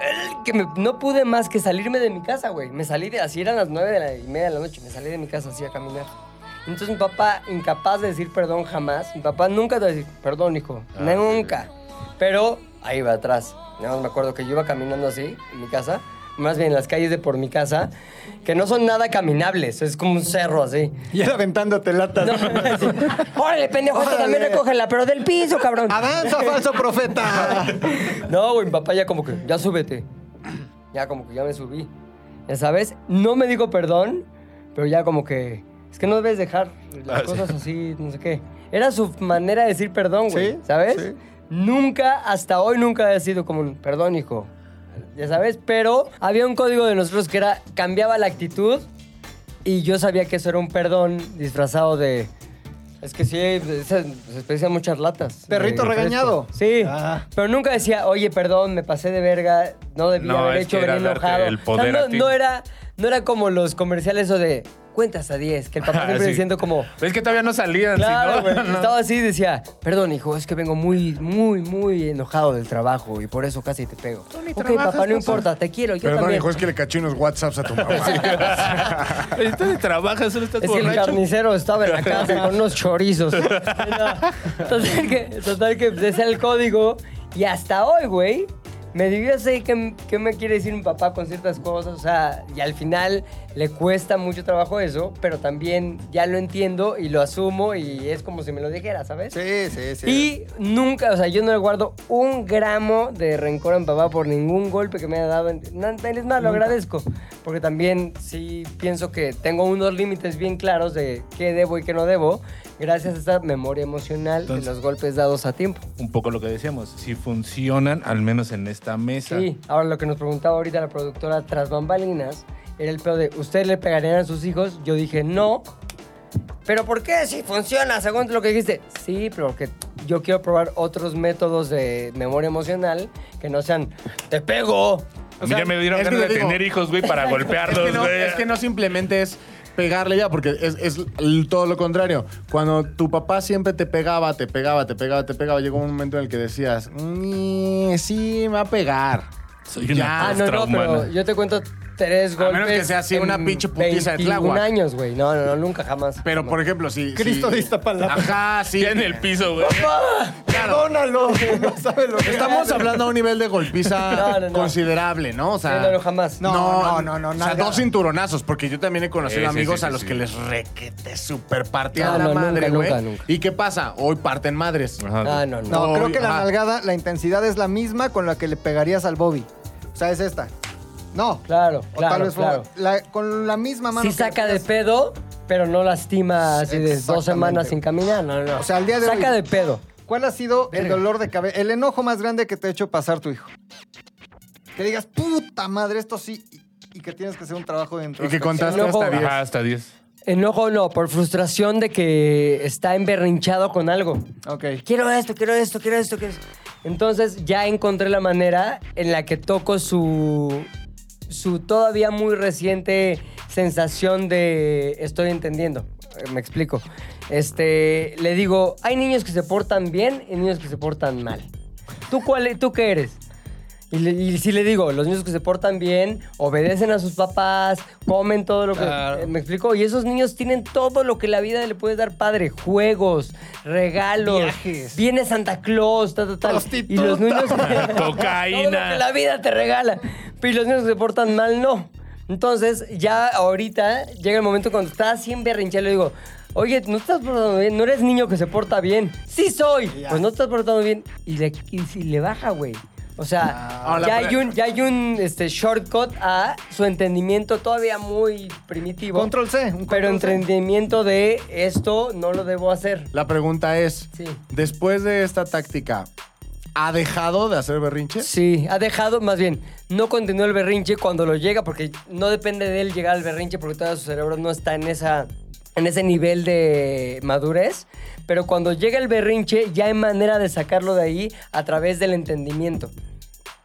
[SPEAKER 1] El Que me- no pude más que salirme de mi casa, güey. Me salí de. Así eran las 9 de la y media de la noche. Me salí de mi casa así a caminar. Entonces mi papá, incapaz de decir perdón jamás. Mi papá nunca te va a decir perdón, hijo. nunca. Pero ahí va atrás. Nada más me acuerdo que yo iba caminando así en mi casa, más bien en las calles de por mi casa, que no son nada caminables, es como un cerro así.
[SPEAKER 3] Y él aventándote latas.
[SPEAKER 1] No, sí. Órale, pendejo, esta también
[SPEAKER 3] Órale.
[SPEAKER 1] recógela, pero del piso, cabrón.
[SPEAKER 3] ¡Avanza, falso
[SPEAKER 2] <laughs>
[SPEAKER 3] profeta!
[SPEAKER 1] No, güey, mi papá ya como que, ya súbete. Ya como que ya me subí. Ya sabes, no me dijo perdón, pero ya como que, es que no debes dejar
[SPEAKER 3] Ah,
[SPEAKER 1] las cosas así, no sé qué. Era su manera de decir perdón, güey,
[SPEAKER 3] Sí,
[SPEAKER 1] ¿sabes?
[SPEAKER 3] sí.
[SPEAKER 1] Nunca, hasta hoy nunca ha sido como un perdón, hijo. Ya sabes, pero había un código de nosotros que era, cambiaba la actitud y yo sabía que eso era un perdón disfrazado de... Es que sí, se, se desperdician muchas latas.
[SPEAKER 3] Perrito
[SPEAKER 1] de refresco".
[SPEAKER 3] regañado.
[SPEAKER 1] Sí.
[SPEAKER 3] Ah.
[SPEAKER 1] Pero nunca decía, oye, perdón, me pasé de verga, no debía
[SPEAKER 4] No,
[SPEAKER 1] haber
[SPEAKER 4] es
[SPEAKER 1] hecho
[SPEAKER 4] que era
[SPEAKER 1] venir
[SPEAKER 4] darte
[SPEAKER 1] enojado.
[SPEAKER 4] el
[SPEAKER 1] O sea,
[SPEAKER 4] poder
[SPEAKER 1] no,
[SPEAKER 4] a ti.
[SPEAKER 1] no era, no era como los comerciales o de cuentas a 10, que el
[SPEAKER 4] <laughs>
[SPEAKER 1] papá siempre
[SPEAKER 4] Ah, Sí.
[SPEAKER 1] diciendo como.
[SPEAKER 4] Es que todavía no salían,
[SPEAKER 1] Claro,
[SPEAKER 4] si
[SPEAKER 1] güey.
[SPEAKER 4] no, <laughs> no.
[SPEAKER 1] Estaba así y decía, perdón, hijo, es que vengo muy, muy, muy enojado del trabajo y por eso casi te pego. ok, papá, no importa, te quiero, yo
[SPEAKER 2] Perdón,
[SPEAKER 1] también.
[SPEAKER 2] hijo, es que le caché unos WhatsApps a tu mamá.
[SPEAKER 3] <laughs>
[SPEAKER 4] Entonces trabajas, solo estás
[SPEAKER 1] Es que el
[SPEAKER 4] borracho.
[SPEAKER 1] carnicero estaba en la casa con unos chorizos.
[SPEAKER 4] <laughs>
[SPEAKER 1] Sí, no. Total que, total que pues, ese era el código. Y hasta hoy, güey, me divido así qué, qué me quiere decir mi papá con ciertas cosas. O sea, y al final le cuesta mucho trabajo eso, pero también ya lo entiendo y lo asumo y es como si me lo dijera, ¿sabes?
[SPEAKER 3] Sí, sí, sí.
[SPEAKER 1] Y nunca, o sea, yo no le guardo un gramo de rencor a mi papá por ningún golpe que me haya dado. No, es más, lo agradezco. Porque también sí pienso que tengo unos límites bien claros de qué debo y qué no debo, gracias a esta memoria emocional de los golpes dados a tiempo.
[SPEAKER 4] Un poco lo que decíamos, si funcionan, al menos en esta mesa.
[SPEAKER 1] Sí, ahora lo que nos preguntaba ahorita la productora tras bambalinas era el peor de, ¿ustedes le pegarían a sus hijos? Yo dije, no. ¿Pero por qué? Si funciona, según lo que dijiste. Sí, pero porque yo quiero probar otros métodos de memoria emocional que no sean, te pego.
[SPEAKER 4] A mí ya me dieron
[SPEAKER 2] es que
[SPEAKER 4] ganas de
[SPEAKER 2] te digo-
[SPEAKER 4] tener hijos, güey,
[SPEAKER 2] <laughs>
[SPEAKER 4] para
[SPEAKER 2] Es que,
[SPEAKER 4] golpearlos,
[SPEAKER 2] no,
[SPEAKER 4] güey.
[SPEAKER 2] es que no simplemente es pegarle ya, porque es, es l- todo lo contrario. Cuando tu papá siempre te pegaba, te pegaba, te pegaba, te pegaba, llegó un momento en el que decías, "Mm, sí, me va a pegar.
[SPEAKER 4] Soy una
[SPEAKER 2] Ya.
[SPEAKER 1] Ah, no, no, pero yo te cuento tres
[SPEAKER 2] A
[SPEAKER 1] golpes.
[SPEAKER 2] menos que sea así una
[SPEAKER 1] en
[SPEAKER 2] pinche putiza de
[SPEAKER 1] 21
[SPEAKER 2] Tláhuac.
[SPEAKER 1] años, güey. No, no, no, nunca jamás.
[SPEAKER 2] Pero, por ejemplo, si...
[SPEAKER 3] Cristo
[SPEAKER 2] si-
[SPEAKER 3] de Iztapalapa.
[SPEAKER 2] Ajá, sí.
[SPEAKER 4] Ya en el piso, güey.
[SPEAKER 3] Perdónalo. No sabe lo que
[SPEAKER 2] Estamos
[SPEAKER 3] hace.
[SPEAKER 2] hablando a un nivel de
[SPEAKER 1] <laughs>
[SPEAKER 2] golpiza
[SPEAKER 1] No, no, no.
[SPEAKER 2] considerable, ¿no? O sea,
[SPEAKER 1] Sí, no, no, jamás.
[SPEAKER 3] No, no, no, no,
[SPEAKER 2] O sea,
[SPEAKER 3] nada.
[SPEAKER 2] dos cinturonazos, porque yo también he conocido
[SPEAKER 4] Sí, sí,
[SPEAKER 2] amigos
[SPEAKER 4] sí,
[SPEAKER 2] a
[SPEAKER 4] sí,
[SPEAKER 2] los
[SPEAKER 4] sí.
[SPEAKER 2] que les requete super partían
[SPEAKER 1] No,
[SPEAKER 2] la
[SPEAKER 1] no, nunca,
[SPEAKER 2] madre, güey.
[SPEAKER 1] nunca, nunca.
[SPEAKER 2] ¿Y qué pasa? Hoy parten madres.
[SPEAKER 1] Ah, no, no.
[SPEAKER 3] No,
[SPEAKER 2] No,
[SPEAKER 3] creo que la
[SPEAKER 2] ajá.
[SPEAKER 3] nalgada, la intensidad es la misma con la que le pegarías al Bobby. O sea, es esta. No.
[SPEAKER 1] Claro,
[SPEAKER 3] O
[SPEAKER 1] claro,
[SPEAKER 3] tal vez fue-
[SPEAKER 1] claro.
[SPEAKER 3] la- con la misma mano.
[SPEAKER 1] Sí
[SPEAKER 3] que le
[SPEAKER 1] saca de
[SPEAKER 3] pegas.
[SPEAKER 1] pedo, pero no lastima así de dos
[SPEAKER 3] Exactamente.
[SPEAKER 1] semanas sin caminar. No, no.
[SPEAKER 3] O sea, al día de
[SPEAKER 1] Saca
[SPEAKER 3] hoy-
[SPEAKER 1] de pedo.
[SPEAKER 3] ¿Cuál ha sido el
[SPEAKER 1] Verga.
[SPEAKER 3] dolor de cabeza, el enojo más grande que te ha hecho pasar tu hijo? Que digas, puta madre, esto sí. Y, y que tienes que hacer un trabajo dentro.
[SPEAKER 2] Y que contaste
[SPEAKER 1] Loco.
[SPEAKER 2] hasta 10.
[SPEAKER 4] Ajá, hasta 10.
[SPEAKER 1] Enojo no, por frustración de que está emberrinchado con algo.
[SPEAKER 3] Ok.
[SPEAKER 1] Quiero esto, quiero esto, quiero esto, quiero esto. Entonces ya encontré la manera en la que toco su, su todavía muy reciente sensación de estoy entendiendo. Eh, Me explico. Este, le digo, hay niños que se portan bien y niños que se portan mal. ¿Tú, cuál, tú qué eres? Y, le- y si le digo, los niños que se portan bien, obedecen a sus papás, comen todo lo que...
[SPEAKER 3] Claro.
[SPEAKER 1] Eh, ¿Me explico? Y esos niños tienen todo lo que la vida le puede dar padre. Juegos, regalos.
[SPEAKER 3] Viajes.
[SPEAKER 1] Viene Santa Claus, ta, ta, ta. Y los
[SPEAKER 3] Prostituta. <laughs>
[SPEAKER 1] niños... <laughs> Todo
[SPEAKER 4] Cocaína.
[SPEAKER 1] lo que la vida te regala. Pero y los niños que se portan mal, no. Entonces, ya ahorita llega el momento cuando estás siempre berrinchado, le digo... Oye, no estás portando bien, no eres niño que se porta bien. Sí soy. Pues no estás portando bien. Y le, y, si le baja, güey. O sea,
[SPEAKER 3] Ah,
[SPEAKER 2] Ahora,
[SPEAKER 1] ya
[SPEAKER 3] pues.
[SPEAKER 2] pero-
[SPEAKER 1] hay un, ya hay un este, shortcut a su entendimiento todavía muy primitivo.
[SPEAKER 3] Control C. un
[SPEAKER 1] Pero
[SPEAKER 3] control C.
[SPEAKER 1] entendimiento de esto no lo debo hacer.
[SPEAKER 2] La pregunta es,
[SPEAKER 1] Sí.
[SPEAKER 2] después de esta táctica, ¿Ha dejado de hacer berrinches?
[SPEAKER 1] Sí, ha dejado, más bien, no continuó el berrinche cuando lo llega, porque no depende de él llegar al berrinche, porque todavía su cerebro no está en esa. En ese nivel de madurez, pero cuando llega el berrinche ya hay manera de sacarlo de ahí a través del entendimiento.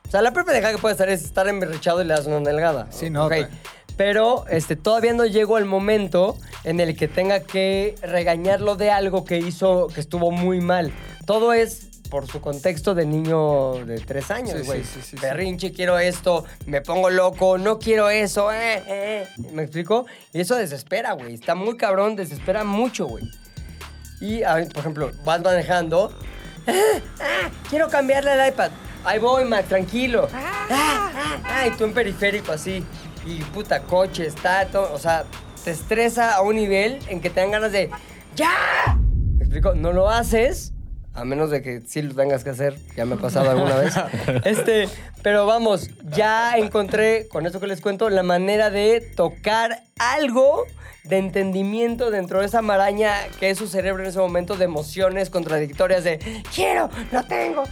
[SPEAKER 1] O sea, la propia deja que puede estar es estar emberrechado y le das una delgada.
[SPEAKER 3] Sí, no,
[SPEAKER 1] Ok.
[SPEAKER 3] güey.
[SPEAKER 1] Pero este, todavía no llegó el momento en el que tenga que regañarlo de algo que hizo, que estuvo muy mal. Todo es por su contexto de niño de tres
[SPEAKER 3] Sí,
[SPEAKER 1] años,
[SPEAKER 3] sí,
[SPEAKER 1] güey.
[SPEAKER 3] sí, sí, sí.
[SPEAKER 1] Berrinche, quiero esto, me pongo loco, no quiero eso, eh, eh. ¿Me explico? Y eso desespera, güey. Está muy cabrón, desespera mucho, güey. Y, a ver, por ejemplo, vas manejando. ¡Ah! ¡Ah! quiero cambiarle el iPad. Ahí voy, Mac, tranquilo. ¡Ah! ¡Ah! ¡Ah! y tú en periférico así. Y puta, coche, está todo. O sea, te estresa a un nivel en que te dan ganas de. ¡Ya! ¿Me explico? No lo haces. A menos de que sí lo tengas que hacer, ya me ha pasado alguna
[SPEAKER 3] <laughs>
[SPEAKER 1] vez. Este, pero vamos, ya encontré, con esto que les cuento, la manera de tocar algo de entendimiento dentro de esa maraña que es su cerebro en ese momento de emociones contradictorias de quiero, no tengo. eh,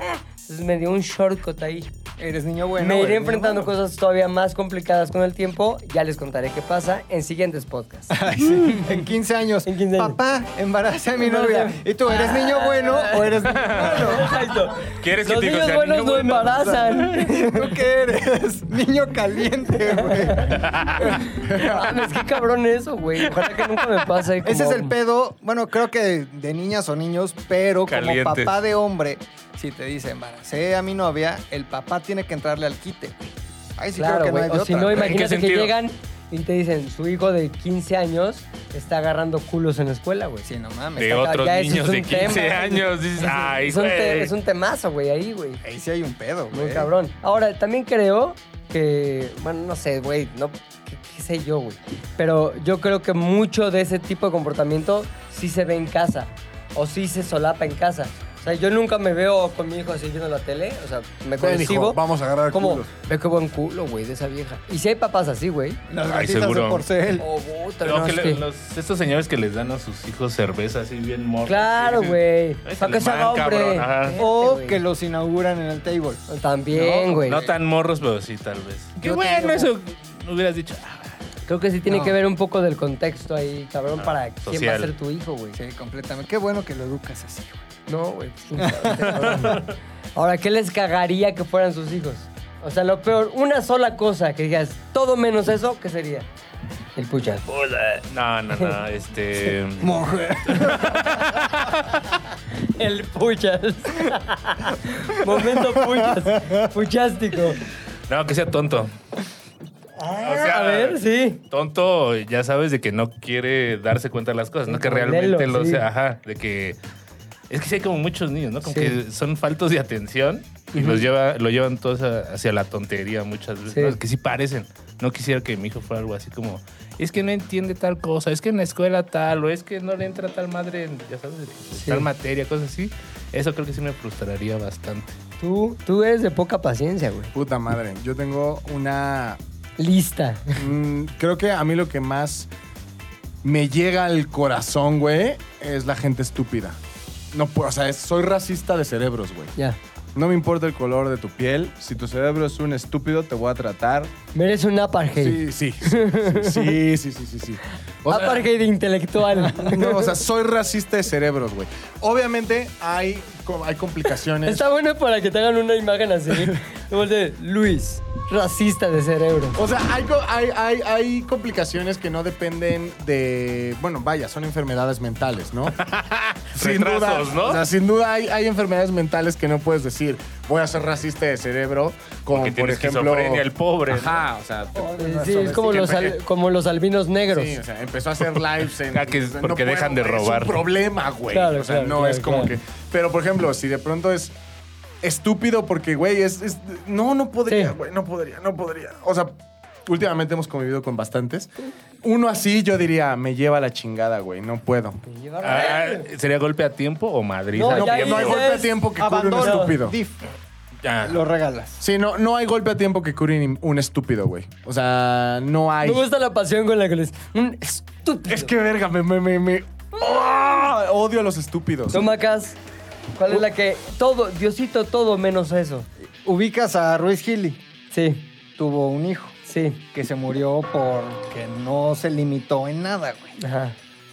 [SPEAKER 1] eh". Entonces me dio un shortcut ahí.
[SPEAKER 3] Eres niño bueno.
[SPEAKER 1] me
[SPEAKER 3] eres
[SPEAKER 1] iré
[SPEAKER 3] niño
[SPEAKER 1] <laughs> enfrentando
[SPEAKER 3] bueno.
[SPEAKER 1] cosas todavía más complicadas con el tiempo. Ya les contaré qué pasa en siguientes podcasts.
[SPEAKER 3] Ay, sí, En 15 años.
[SPEAKER 1] En 15 años.
[SPEAKER 3] Papá, embaracé a mi novia. ¿Y tú eres niño bueno
[SPEAKER 1] <laughs>
[SPEAKER 3] o eres niño
[SPEAKER 4] <laughs>
[SPEAKER 3] malo?
[SPEAKER 1] Exacto.
[SPEAKER 4] ¿Quieres que
[SPEAKER 1] Los
[SPEAKER 4] te
[SPEAKER 1] niños
[SPEAKER 4] diga,
[SPEAKER 1] buenos
[SPEAKER 4] niño
[SPEAKER 1] no
[SPEAKER 4] bueno?
[SPEAKER 1] embarazan.
[SPEAKER 4] <laughs>
[SPEAKER 3] ¿Tú qué eres? <laughs> Niño caliente, güey.
[SPEAKER 1] Mames, qué Ah, cabrón eso, güey. Ojalá que nunca me pase.
[SPEAKER 3] Ese es
[SPEAKER 1] como-
[SPEAKER 3] el pedo, bueno, creo que de niñas o niños, pero
[SPEAKER 4] Calientes.
[SPEAKER 3] como papá de hombre, si te dice embaracé a mi novia, el papá tiene que entrarle al quite. Ay, sí creo
[SPEAKER 1] Claro,
[SPEAKER 3] que no
[SPEAKER 1] güey.
[SPEAKER 3] hay de
[SPEAKER 1] o si
[SPEAKER 3] otra.
[SPEAKER 1] no,
[SPEAKER 4] ¿En qué
[SPEAKER 1] imagínate que
[SPEAKER 4] sentido?
[SPEAKER 1] llegan y te dicen, su hijo de 15 años está agarrando culos en la escuela, güey.
[SPEAKER 3] Sí, no mames.
[SPEAKER 4] De
[SPEAKER 1] o sea,
[SPEAKER 4] otros
[SPEAKER 1] ya ese
[SPEAKER 4] niños
[SPEAKER 1] es
[SPEAKER 4] de
[SPEAKER 1] un
[SPEAKER 4] 15
[SPEAKER 1] tema.
[SPEAKER 4] años. Dices,
[SPEAKER 1] <laughs>
[SPEAKER 4] ay,
[SPEAKER 1] es, un te-
[SPEAKER 4] güey.
[SPEAKER 1] es un temazo, güey, ahí, güey.
[SPEAKER 3] Ahí sí hay un pedo, güey.
[SPEAKER 1] Muy cabrón. Ahora, también creo que, bueno, no sé, güey, no, qué, qué sé yo, güey. Pero yo creo que mucho de ese tipo de comportamiento sí se ve en casa o sí se solapa en casa. O sea, yo nunca me veo con mi hijo así viendo la tele, o sea, me
[SPEAKER 2] Ven,
[SPEAKER 1] consigo.
[SPEAKER 2] hijo, vamos a agarrar
[SPEAKER 1] Como,
[SPEAKER 2] culos.
[SPEAKER 1] ve qué buen culo, güey, de esa vieja. Y si hay papás así, güey.
[SPEAKER 3] Las
[SPEAKER 4] Ay,
[SPEAKER 3] gatitas de
[SPEAKER 4] seguro.
[SPEAKER 3] porcel.
[SPEAKER 1] Oh, puta,
[SPEAKER 4] Lo
[SPEAKER 1] no,
[SPEAKER 4] que
[SPEAKER 1] es
[SPEAKER 4] le-
[SPEAKER 1] que-
[SPEAKER 4] los- estos señores que les dan a sus hijos cerveza así bien morta.
[SPEAKER 1] Claro, güey.
[SPEAKER 4] Ay,
[SPEAKER 1] Para que se haga
[SPEAKER 4] Salimán,
[SPEAKER 1] hombre.
[SPEAKER 4] cabrón, ajá.
[SPEAKER 1] Vete,
[SPEAKER 2] Oh,
[SPEAKER 3] O
[SPEAKER 1] güey.
[SPEAKER 3] que los inauguran en el table.
[SPEAKER 1] También, güey.
[SPEAKER 4] No tan morros, pero sí, tal vez. Qué
[SPEAKER 1] Yo
[SPEAKER 4] bueno
[SPEAKER 1] tengo-
[SPEAKER 4] eso. Hubieras dicho. ah,
[SPEAKER 1] Creo que sí tiene
[SPEAKER 3] No.
[SPEAKER 1] que ver un poco del contexto ahí, cabrón, para quién va a
[SPEAKER 4] social.
[SPEAKER 1] ser tu hijo, güey.
[SPEAKER 3] Sí, completamente. Qué bueno que lo educas así, güey.
[SPEAKER 1] No, güey. pues, un cabrón. <laughs> Ahora, ¿qué les cagaría que fueran sus hijos? O sea, lo peor, una sola cosa que digas, todo menos eso, ¿qué sería? El pucha.
[SPEAKER 4] hola. No, no, <laughs> no. Este.
[SPEAKER 3] <laughs> Mujer.
[SPEAKER 1] El puchas. <laughs> Momento puchas. Puchástico.
[SPEAKER 4] No, que sea tonto. O sea,
[SPEAKER 1] a ver, sí.
[SPEAKER 4] Tonto, ya sabes de que no quiere darse cuenta de las cosas, no que
[SPEAKER 1] Modelo,
[SPEAKER 4] realmente lo
[SPEAKER 1] sí.
[SPEAKER 4] sea. Ajá, de que. Es que sí hay como muchos niños, ¿no? Como
[SPEAKER 1] Sí.
[SPEAKER 4] que son faltos de atención y los lleva, lo llevan todos a- hacia la tontería muchas veces.
[SPEAKER 1] Sí.
[SPEAKER 4] ¿no? Que sí parecen. No quisiera que mi hijo fuera algo así como. Es que no entiende tal cosa, es que en la escuela tal, o es que no le entra tal madre, en, ya sabes, en tal materia, cosas así. Eso creo que sí me frustraría bastante.
[SPEAKER 1] Tú, tú eres de poca paciencia, güey.
[SPEAKER 2] Puta madre. Yo tengo una
[SPEAKER 1] Lista.
[SPEAKER 2] Mm, creo que a mí lo que más me llega al corazón, güey, es la gente estúpida. No, puedo- o sea, es- soy racista de cerebros, güey.
[SPEAKER 1] Ya.
[SPEAKER 2] No me importa el color de tu piel. Si tu cerebro es un estúpido, te voy a tratar.
[SPEAKER 1] Mereces un apartheid.
[SPEAKER 2] Sí, sí, sí, sí, sí, sí, sí,
[SPEAKER 1] <laughs>
[SPEAKER 2] sí.
[SPEAKER 1] Ah,
[SPEAKER 2] O sea,
[SPEAKER 1] apartheid intelectual.
[SPEAKER 2] <laughs> no, o sea, soy racista de cerebros, güey. Obviamente hay, co- hay complicaciones.
[SPEAKER 1] Está bueno para que te hagan una imagen así. Como de Luis, racista de cerebro.
[SPEAKER 2] O sea, hay, co- hay, hay- hay complicaciones que no dependen de. Bueno, vaya, son enfermedades mentales,
[SPEAKER 4] <laughs>
[SPEAKER 2] ¿no?
[SPEAKER 4] Retrasos,
[SPEAKER 2] duda,
[SPEAKER 4] ¿no?
[SPEAKER 2] O sea, sin duda hay, hay enfermedades mentales que no puedes decir, voy a ser racista de cerebro, como
[SPEAKER 4] Porque
[SPEAKER 2] por
[SPEAKER 4] tiene
[SPEAKER 2] ejemplo.
[SPEAKER 4] esquizofrenia el pobre,
[SPEAKER 3] Ah,
[SPEAKER 4] ¿no?
[SPEAKER 2] Ajá, o sea.
[SPEAKER 1] Eh, Sí, es como los, al- como los albinos negros.
[SPEAKER 2] Sí, o sea, empezó a hacer lives
[SPEAKER 4] <laughs>
[SPEAKER 2] en.
[SPEAKER 4] Ah, que es porque dejan de
[SPEAKER 2] güey,
[SPEAKER 4] robar.
[SPEAKER 2] Es un problema, güey.
[SPEAKER 1] Claro,
[SPEAKER 2] o sea,
[SPEAKER 1] claro,
[SPEAKER 2] no
[SPEAKER 1] claro,
[SPEAKER 2] es como
[SPEAKER 1] claro.
[SPEAKER 2] que. Pero, por ejemplo, si de pronto es estúpido porque, güey, es, es- No, no podría,
[SPEAKER 1] Sí.
[SPEAKER 2] güey, no podría, no podría. O sea, últimamente hemos convivido con bastantes. Uno así, yo diría, me lleva la chingada, güey, no puedo.
[SPEAKER 4] Ah, ¿Sería golpe a tiempo o Madrid?
[SPEAKER 1] No,
[SPEAKER 4] a
[SPEAKER 1] ya
[SPEAKER 4] tiempo?
[SPEAKER 2] No hay
[SPEAKER 1] dices-
[SPEAKER 2] golpe a tiempo que cure un
[SPEAKER 3] Abandono.
[SPEAKER 2] estúpido.
[SPEAKER 3] Dif.
[SPEAKER 4] Ya.
[SPEAKER 3] Lo regalas.
[SPEAKER 2] Sí, no, no hay golpe a tiempo que cure ni- un estúpido, güey. O sea, no hay.
[SPEAKER 1] Me gusta la pasión con la que les. Un estúpido.
[SPEAKER 2] Es que verga, me, me, me, me- ¡Ah! Odio a los estúpidos.
[SPEAKER 1] Tú, Macas, ¿Cuál
[SPEAKER 3] Uh.
[SPEAKER 1] es la que todo, Diosito, todo menos eso?
[SPEAKER 3] Ubicas a Ruiz Gili.
[SPEAKER 1] Sí,
[SPEAKER 3] Tuvo un hijo
[SPEAKER 1] sí.
[SPEAKER 3] que se murió porque no se limitó en nada, güey.
[SPEAKER 1] Ajá.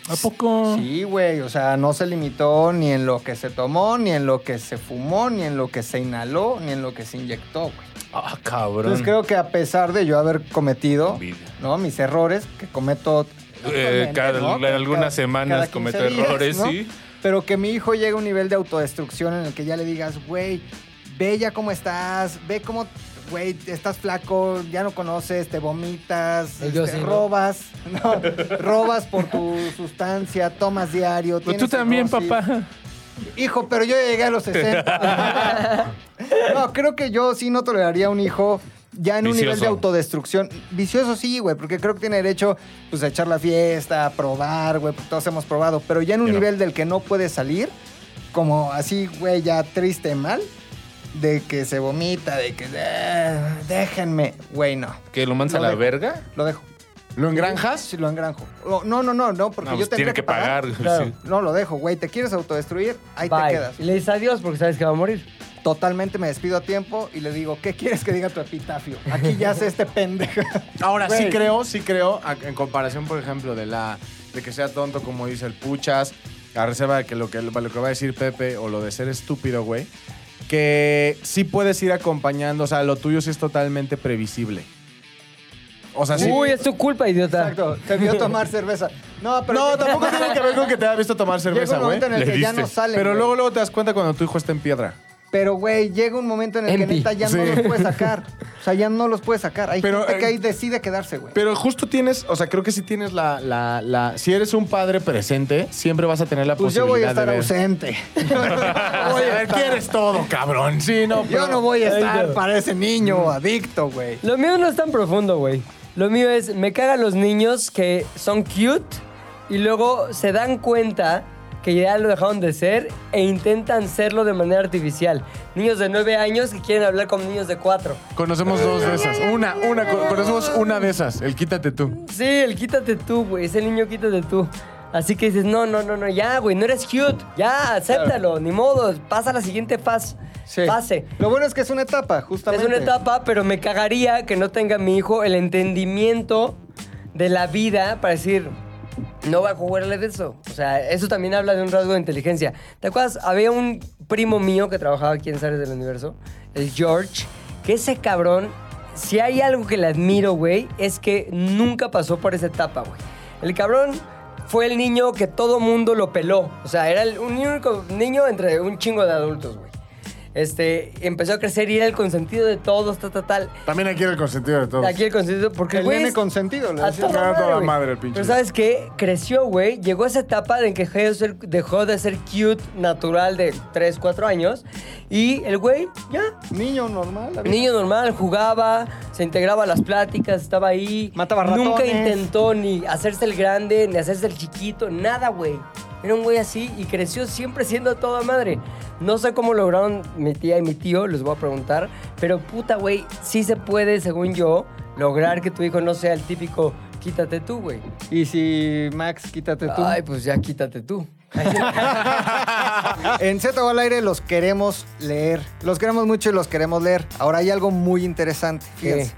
[SPEAKER 2] ¿A poco?
[SPEAKER 3] Sí, güey, o sea, no se limitó ni en lo que se tomó, ni en lo que se fumó, ni en lo que se inhaló, ni en lo que se inyectó, güey.
[SPEAKER 4] Ah, cabrón.
[SPEAKER 3] Entonces creo que a pesar de yo haber cometido
[SPEAKER 4] Envidia.
[SPEAKER 3] ¿no? mis errores, que cometo...
[SPEAKER 4] Eh, cada-
[SPEAKER 3] ¿no?
[SPEAKER 4] en algunas
[SPEAKER 3] Cada-
[SPEAKER 4] semanas
[SPEAKER 3] cada 15
[SPEAKER 4] cometo
[SPEAKER 3] días,
[SPEAKER 4] errores,
[SPEAKER 3] ¿no?
[SPEAKER 4] sí.
[SPEAKER 3] Pero que mi hijo llegue a un nivel de autodestrucción en el que ya le digas, güey, ve ya cómo estás, ve cómo, güey, estás flaco, ya no conoces, te vomitas,
[SPEAKER 1] Y Eh, yo
[SPEAKER 3] este,
[SPEAKER 1] sí, ¿no?
[SPEAKER 3] robas, <laughs> ¿no? robas por tu sustancia, tomas diario.
[SPEAKER 4] Pues tú
[SPEAKER 3] tienes
[SPEAKER 4] también,
[SPEAKER 3] cirrosis.
[SPEAKER 4] papá.
[SPEAKER 3] Hijo, pero yo ya llegué a
[SPEAKER 4] <laughs>
[SPEAKER 3] los 60. no, creo que yo sí no toleraría un hijo ya en un nivel de
[SPEAKER 4] Vicioso.
[SPEAKER 3] autodestrucción. Vicioso sí, güey, porque creo que tiene derecho pues, a echar la fiesta, a probar, güey, porque todos hemos probado. Pero ya en un
[SPEAKER 4] Yo no.
[SPEAKER 3] nivel del que no puede salir, como así, güey, ya triste, mal, de que se vomita, de que "Eh, déjenme, güey, no.
[SPEAKER 4] Que lo mandas a
[SPEAKER 3] Lo
[SPEAKER 4] la
[SPEAKER 3] dejo.
[SPEAKER 4] verga.
[SPEAKER 3] Lo dejo.
[SPEAKER 2] ¿Lo engranjas?
[SPEAKER 3] Sí, lo engranjo. Oh, No, no, no, no, porque
[SPEAKER 4] No,
[SPEAKER 3] yo
[SPEAKER 4] pues tiene
[SPEAKER 3] tendría
[SPEAKER 4] que
[SPEAKER 3] <laughs>
[SPEAKER 4] pagar. güey,
[SPEAKER 1] Claro.
[SPEAKER 4] sí.
[SPEAKER 3] No, lo dejo, güey. ¿Te quieres autodestruir? Ahí
[SPEAKER 1] Bye.
[SPEAKER 3] te quedas.
[SPEAKER 1] Y le dices adiós porque sabes que va a morir.
[SPEAKER 3] Totalmente me despido a tiempo y le digo, ¿qué quieres que diga tu epitafio? Aquí ya sé
[SPEAKER 2] <laughs>
[SPEAKER 3] este pendejo.
[SPEAKER 2] Ahora sí
[SPEAKER 3] Güey.
[SPEAKER 2] creo, sí creo, a- en comparación, por ejemplo, de la de que sea tonto, como dice el Puchas, a reserva de que lo que, lo que va a decir Pepe o lo de ser estúpido, güey, que sí puedes ir acompañando, o sea, lo tuyo sí es totalmente previsible. O sea, sí.
[SPEAKER 1] Uy,
[SPEAKER 2] <laughs>
[SPEAKER 1] es tu culpa, idiota.
[SPEAKER 3] Ah, Exacto, te vio tomar cerveza. No, pero...
[SPEAKER 2] no, tampoco tiene que ver con que te haya visto tomar
[SPEAKER 3] Llega
[SPEAKER 2] cerveza,
[SPEAKER 3] un
[SPEAKER 2] güey.
[SPEAKER 3] momento en el
[SPEAKER 4] Le
[SPEAKER 3] que ya
[SPEAKER 4] diste.
[SPEAKER 3] no sale.
[SPEAKER 2] Pero luego, luego te das cuenta cuando tu hijo está en piedra.
[SPEAKER 3] Pero, güey, llega un momento en el que
[SPEAKER 1] Empi.
[SPEAKER 3] neta ya no
[SPEAKER 2] Sí.
[SPEAKER 3] los puedes sacar. O sea, ya no los puedes sacar. Hay
[SPEAKER 2] Pero,
[SPEAKER 3] gente que
[SPEAKER 2] eh,
[SPEAKER 3] ahí decide quedarse, güey.
[SPEAKER 2] Pero justo tienes, o sea, creo que si tienes la, la, la- si eres un padre presente, siempre vas a tener la
[SPEAKER 3] Pues yo
[SPEAKER 2] posibilidad
[SPEAKER 3] voy a estar
[SPEAKER 2] de ver.
[SPEAKER 3] ausente.
[SPEAKER 2] <laughs> Oye, a ver, quieres todo, cabrón. Sí, no,
[SPEAKER 3] Yo
[SPEAKER 2] pero-
[SPEAKER 3] no voy a estar
[SPEAKER 1] no.
[SPEAKER 3] para ese
[SPEAKER 2] Mm.
[SPEAKER 3] niño adicto, güey.
[SPEAKER 1] Lo mío no es tan profundo, güey. Lo mío es, me cagan los niños que son cute y luego se dan cuenta que ya lo dejaron de ser e intentan serlo de manera artificial. Niños de 9 años que quieren hablar con niños de 4.
[SPEAKER 2] Conocemos dos de esas. Una, una, co- conocemos una de esas. El quítate tú.
[SPEAKER 1] Sí, el quítate tú, güey. Ese niño quítate tú. Así que dices, no, no, no, no, ya, güey, no eres cute. Ya, acéptalo, ni modo. Pasa a la siguiente fase.
[SPEAKER 3] Sí.
[SPEAKER 1] Fase.
[SPEAKER 3] Lo bueno es que es una etapa, justamente.
[SPEAKER 1] Es una etapa, pero me cagaría que no tenga mi hijo el entendimiento de la vida para decir, no voy a jugarle de eso. O sea, eso también habla de un rasgo de inteligencia. ¿Te acuerdas? Había un primo mío que trabajaba aquí en Sales del Universo, el George, que ese cabrón, si hay algo que le admiro, güey, es que nunca pasó por esa etapa, güey. El cabrón fue el niño que todo mundo lo peló. O sea, era el un único niño entre un chingo de adultos, güey. Este, empezó a crecer y era el consentido de todos, tal, tal, tal.
[SPEAKER 2] También aquí el consentido de todos.
[SPEAKER 1] Aquí el consentido, porque,
[SPEAKER 3] El
[SPEAKER 1] güey,
[SPEAKER 3] nene
[SPEAKER 1] es-
[SPEAKER 3] consentido, le
[SPEAKER 1] a
[SPEAKER 3] decían.
[SPEAKER 2] toda
[SPEAKER 1] güey.
[SPEAKER 2] madre el pinche.
[SPEAKER 1] Pero ¿sabes qué? Creció, güey. Llegó a esa etapa en que dejó de ser, dejó de ser cute, natural, de 3, 4 años. Y el güey, ya,
[SPEAKER 3] Niño normal. adicto.
[SPEAKER 1] Niño normal, jugaba, se integraba a las pláticas, estaba ahí.
[SPEAKER 3] Mataba ratones.
[SPEAKER 1] Nunca intentó ni hacerse el grande, ni hacerse el chiquito, nada, güey. Era un güey así y creció siempre siendo a toda madre. No sé cómo lograron mi tía y mi tío, les voy a preguntar. Pero puta, güey, sí se puede, según yo, lograr que tu hijo no sea el típico quítate tú, güey.
[SPEAKER 3] Y si, Max, quítate tú. Pues
[SPEAKER 1] Ay, pues ya quítate
[SPEAKER 3] <laughs>
[SPEAKER 1] tú. <laughs>
[SPEAKER 3] En Z al aire los queremos leer. Los queremos mucho y los queremos leer. Ahora hay algo muy interesante.
[SPEAKER 1] ¿Qué?
[SPEAKER 3] Fíjense.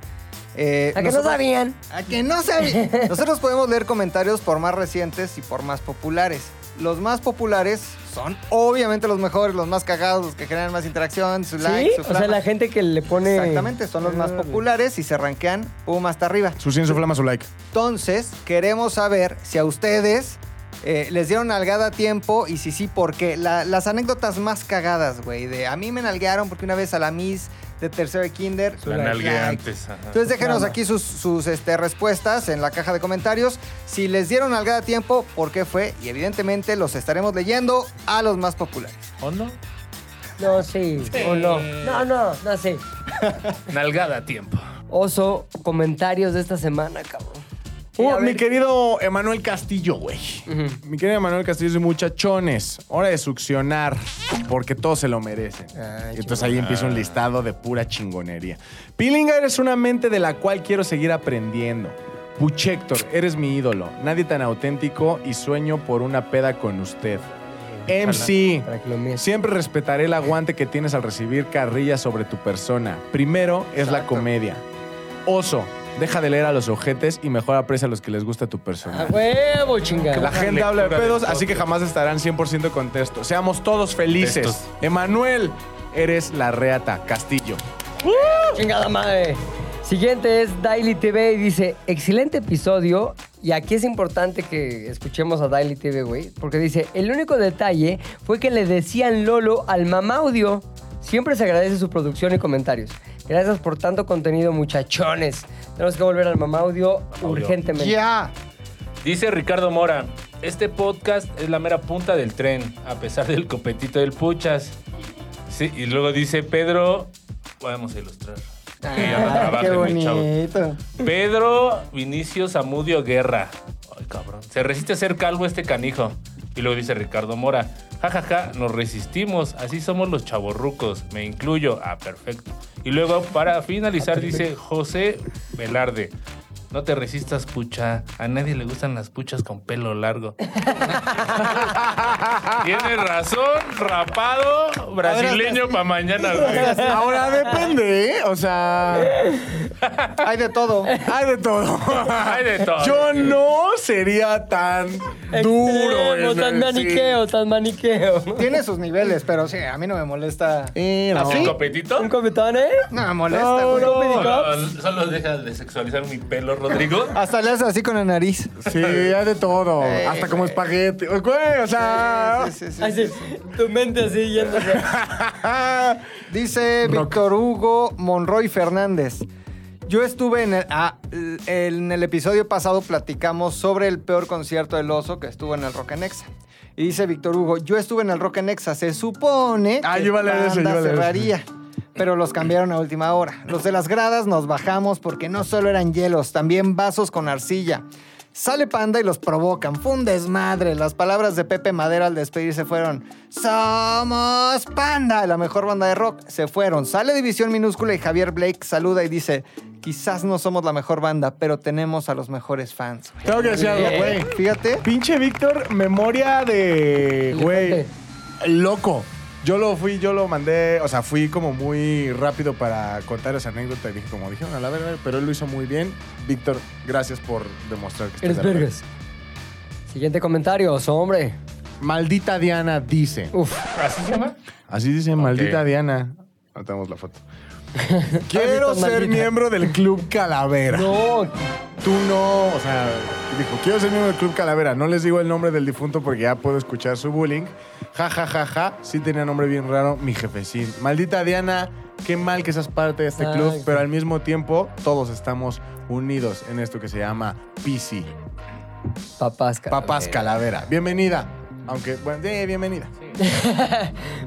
[SPEAKER 3] Eh,
[SPEAKER 1] ¿A que no
[SPEAKER 3] nosotros-
[SPEAKER 1] sabían?
[SPEAKER 3] A que no sabían.
[SPEAKER 1] <laughs>
[SPEAKER 3] Nosotros podemos leer comentarios por más recientes y por más populares. Los más populares son obviamente los mejores, los más cagados, los que generan más interacción, su pues, like,
[SPEAKER 1] ¿Sí?
[SPEAKER 3] su
[SPEAKER 1] O sea,
[SPEAKER 3] flama.
[SPEAKER 1] la gente que le pone...
[SPEAKER 3] Exactamente, son los más populares y se rankean pum hasta arriba.
[SPEAKER 2] Su cien, su flama, su like.
[SPEAKER 3] Entonces, queremos saber si a ustedes eh, les dieron nalgada a tiempo y si sí, por qué. La- las anécdotas más cagadas, güey, de a mí me nalguearon porque una vez a la Miss de tercero de kinder...
[SPEAKER 4] La
[SPEAKER 3] like.
[SPEAKER 4] nalgué antes. ajá.
[SPEAKER 3] Entonces déjenos aquí sus, sus, este, respuestas en la caja de comentarios. Si les dieron nalgada a tiempo, por qué fue. Y evidentemente los estaremos leyendo a los más populares.
[SPEAKER 4] ¿O no?
[SPEAKER 1] No, sí, o no. No, no, no, sí.
[SPEAKER 4] Nalgada a tiempo.
[SPEAKER 1] Oso, comentarios de esta semana, cabrón.
[SPEAKER 2] Uh,
[SPEAKER 1] Y a
[SPEAKER 2] mi
[SPEAKER 1] ver-
[SPEAKER 2] querido Emanuel Castillo, güey. Mi querido Emanuel Castillo dice, muchachones, hora de succionar, porque todos se lo merecen. Y Entonces ahí empieza un listado de pura chingonería. Pilinga, eres una mente de la cual quiero seguir aprendiendo. Puchector, eres mi ídolo. Nadie tan auténtico y sueño por una peda con usted. MC.
[SPEAKER 1] Para que lo mires.
[SPEAKER 2] Siempre respetaré el aguante que tienes al recibir carrilla sobre tu persona. Primero es la comedia. Oso, deja de leer a los ojetes y mejor aprecia a los que les gusta tu
[SPEAKER 1] A
[SPEAKER 2] persona.
[SPEAKER 1] huevo,
[SPEAKER 2] La
[SPEAKER 1] chingada.
[SPEAKER 2] gente habla de
[SPEAKER 4] lectura de
[SPEAKER 2] pedos, así
[SPEAKER 4] toque.
[SPEAKER 2] que jamás estarán 100% contentos. Seamos todos felices.
[SPEAKER 4] Textos.
[SPEAKER 2] Emanuel, eres la reata. Castillo.
[SPEAKER 1] Chingada madre. Siguiente es Daily TV y dice, excelente episodio. Y aquí es importante que escuchemos a Daily TV, güey. Porque dice, el único detalle fue que le decían Lolo al mamá audio. Siempre se agradece su producción y comentarios. Gracias por tanto contenido, muchachones. Tenemos que volver al mamá audio urgentemente.
[SPEAKER 3] ¡Ya!
[SPEAKER 4] Dice Ricardo Mora, este podcast es la mera punta del tren, a pesar del copetito del puchas. Sí, y luego dice Pedro, vamos a ilustrar. Que ya no
[SPEAKER 3] Ah, ¡Qué
[SPEAKER 4] trabajen, mis chavos.
[SPEAKER 3] bonito!
[SPEAKER 4] Pedro Vinicio Zamudio Guerra. Ay, cabrón. Se resiste a ser calvo este canijo. Y luego dice Ricardo Mora. Ja, ja, ja, nos resistimos. Así somos los chavorrucos. Me incluyo. Ah, perfecto. Y luego, para
[SPEAKER 3] Ah,
[SPEAKER 4] finalizar, dice José Velarde. No te resistas, pucha. A nadie le gustan las puchas con pelo <laughs> largo. Tiene razón, rapado, brasileño para mañana. güey.
[SPEAKER 2] Ahora depende, ¿eh? O sea,
[SPEAKER 3] Hay de todo.
[SPEAKER 2] hay de todo.
[SPEAKER 4] Hay de todo.
[SPEAKER 2] Yo no sería tan duro.
[SPEAKER 1] Extremo,
[SPEAKER 2] en
[SPEAKER 1] tan
[SPEAKER 2] el-
[SPEAKER 1] maniqueo, tan maniqueo.
[SPEAKER 3] Tiene sus niveles, pero sí, a mí no me molesta.
[SPEAKER 2] Eh, no.
[SPEAKER 4] ¿El
[SPEAKER 3] ¿Así?
[SPEAKER 4] copetito?
[SPEAKER 1] ¿Un cometón, eh?
[SPEAKER 3] No me molesta,
[SPEAKER 2] No,
[SPEAKER 3] güey.
[SPEAKER 2] no.
[SPEAKER 4] Solo, solo deja de sexualizar mi pelo, Rodrigo.
[SPEAKER 3] Hasta le haces así con la nariz.
[SPEAKER 2] Sí, hay
[SPEAKER 1] <laughs>
[SPEAKER 2] de todo.
[SPEAKER 3] Eh,
[SPEAKER 2] Hasta como
[SPEAKER 3] güey.
[SPEAKER 2] espagueti. Güey, o sea.
[SPEAKER 3] Sí, sí, sí, sí. Ah,
[SPEAKER 1] Así, tu mente así yéndose.
[SPEAKER 3] Dice
[SPEAKER 2] Rock.
[SPEAKER 3] Víctor Hugo Monroy Fernández. Yo estuve en el, ah, l- en el episodio pasado, platicamos sobre el peor concierto del oso que estuvo en el Rock en Exa. Y dice Víctor Hugo, yo estuve en el Rock en Exa, se supone
[SPEAKER 2] Ah,
[SPEAKER 3] que
[SPEAKER 2] yo iba a leer
[SPEAKER 3] Panda
[SPEAKER 2] eso, yo iba a leer eso.
[SPEAKER 3] cerraría, pero los cambiaron a última hora. Los de las gradas nos bajamos porque no solo eran hielos, también vasos con arcilla. Sale Panda y los provocan. Fue un desmadre. Las palabras de Pepe Madera al despedirse fueron: ¡Somos Panda! La mejor banda de rock. Se fueron. Sale División Minúscula y Javier Blake saluda y dice: Quizás no somos la mejor banda, pero tenemos a los mejores fans.
[SPEAKER 2] Tengo que decir algo, güey.
[SPEAKER 4] Eh.
[SPEAKER 3] Fíjate.
[SPEAKER 2] Pinche Víctor, memoria de. Güey. Loco. Yo lo fui, yo lo mandé, o sea, fui como muy rápido para contar esa anécdota y dije, como dijeron, a la verga, pero él lo hizo muy bien. Víctor, gracias por demostrar que
[SPEAKER 1] Eres
[SPEAKER 2] estás de acuerdo.
[SPEAKER 1] vergas. Siguiente comentario, oso, hombre.
[SPEAKER 2] Maldita Diana dice.
[SPEAKER 1] Uf.
[SPEAKER 4] ¿Así se llama?
[SPEAKER 2] Así dice maldita Diana. No tenemos
[SPEAKER 1] <laughs>
[SPEAKER 2] la foto. Quiero
[SPEAKER 1] Maldita,
[SPEAKER 2] ser
[SPEAKER 1] maldita.
[SPEAKER 2] miembro del Club Calavera.
[SPEAKER 1] No,
[SPEAKER 2] Tú no, o sea, dijo, quiero ser miembro del Club Calavera. No les digo el nombre del difunto porque ya puedo escuchar su bullying. Ja, ja, ja, ja. Sí tenía nombre bien raro, mi jefecín. Maldita Diana, qué mal que seas parte de este
[SPEAKER 1] Ay,
[SPEAKER 2] club,
[SPEAKER 1] sí.
[SPEAKER 2] pero al mismo tiempo todos estamos unidos en esto que se llama PC.
[SPEAKER 1] papás, cara.
[SPEAKER 2] Papás Calavera. Bienvenida. Aunque, bueno, eh, bienvenida.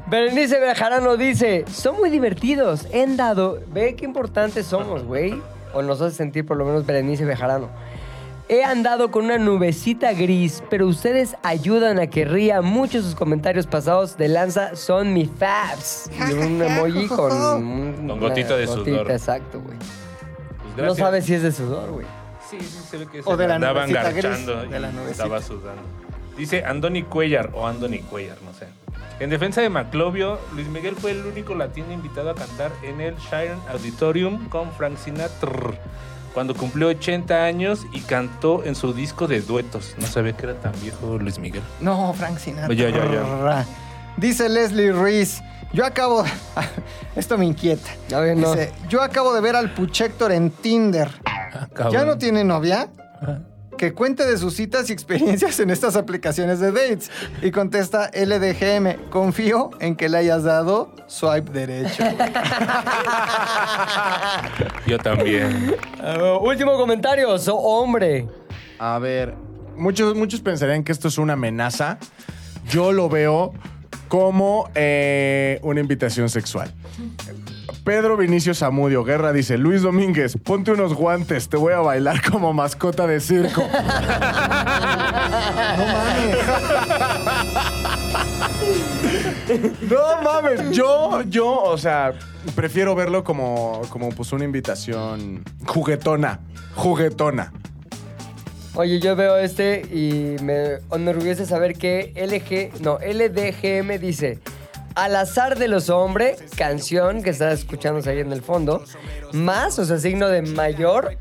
[SPEAKER 1] Berenice Bejarano dice, son muy divertidos, he dado. Ve qué importantes somos, güey. O nos hace sentir por lo menos Berenice Bejarano. He andado con una nubecita gris, pero ustedes ayudan a que ría mucho sus comentarios pasados de lanza son mis fabs. Y un emoji con un,
[SPEAKER 4] Con gotita
[SPEAKER 1] una
[SPEAKER 4] de sudor.
[SPEAKER 1] Exacto, güey.
[SPEAKER 4] Pues
[SPEAKER 1] No
[SPEAKER 4] gracias.
[SPEAKER 1] sabes si es de sudor, güey.
[SPEAKER 4] Sí, sí, se ve que
[SPEAKER 3] O
[SPEAKER 4] se
[SPEAKER 3] de la
[SPEAKER 4] andaban
[SPEAKER 3] nubecita gris,
[SPEAKER 4] garchando
[SPEAKER 3] de la
[SPEAKER 4] y
[SPEAKER 3] nubecita.
[SPEAKER 4] estaba sudando. Dice Andoni Cuellar o Andoni Cuellar, no sé. En defensa de Maclovio, Luis Miguel fue el único latino invitado a cantar en el Shiren Auditorium con Frank Sinatra cuando cumplió 80 años y cantó en su disco de duetos. No sabía que era tan viejo Luis Miguel.
[SPEAKER 3] No, Frank Sinatra.
[SPEAKER 4] Ya, ya, ya.
[SPEAKER 3] Dice Leslie Ruiz. Yo acabo. <laughs> Esto me inquieta.
[SPEAKER 1] A ver, no.
[SPEAKER 3] Dice, yo acabo de ver al Puchector en Tinder.
[SPEAKER 1] Ah,
[SPEAKER 3] ¿Ya no tiene novia? Que cuente de sus citas y experiencias en estas aplicaciones de dates. Y contesta LDGM, confío en que le hayas dado
[SPEAKER 1] <laughs>
[SPEAKER 3] swipe derecho.
[SPEAKER 4] Yo también.
[SPEAKER 1] Ah, último comentario, so hombre.
[SPEAKER 2] A ver, muchos, muchos pensarían que esto es una amenaza. Yo lo veo como eh, una invitación sexual. Pedro Vinicio Zamudio Guerra dice, Luis Domínguez, ponte unos guantes, te voy a bailar como mascota de circo.
[SPEAKER 3] no mames.
[SPEAKER 2] no mames, yo, yo, o sea, prefiero verlo como, como pues una invitación juguetona, juguetona.
[SPEAKER 1] Oye, yo veo este y me enorgullece saber que LG, no, LDGM dice. Al azar de los hombres, canción que está escuchándose ahí en el fondo, más, o sea, signo de mayor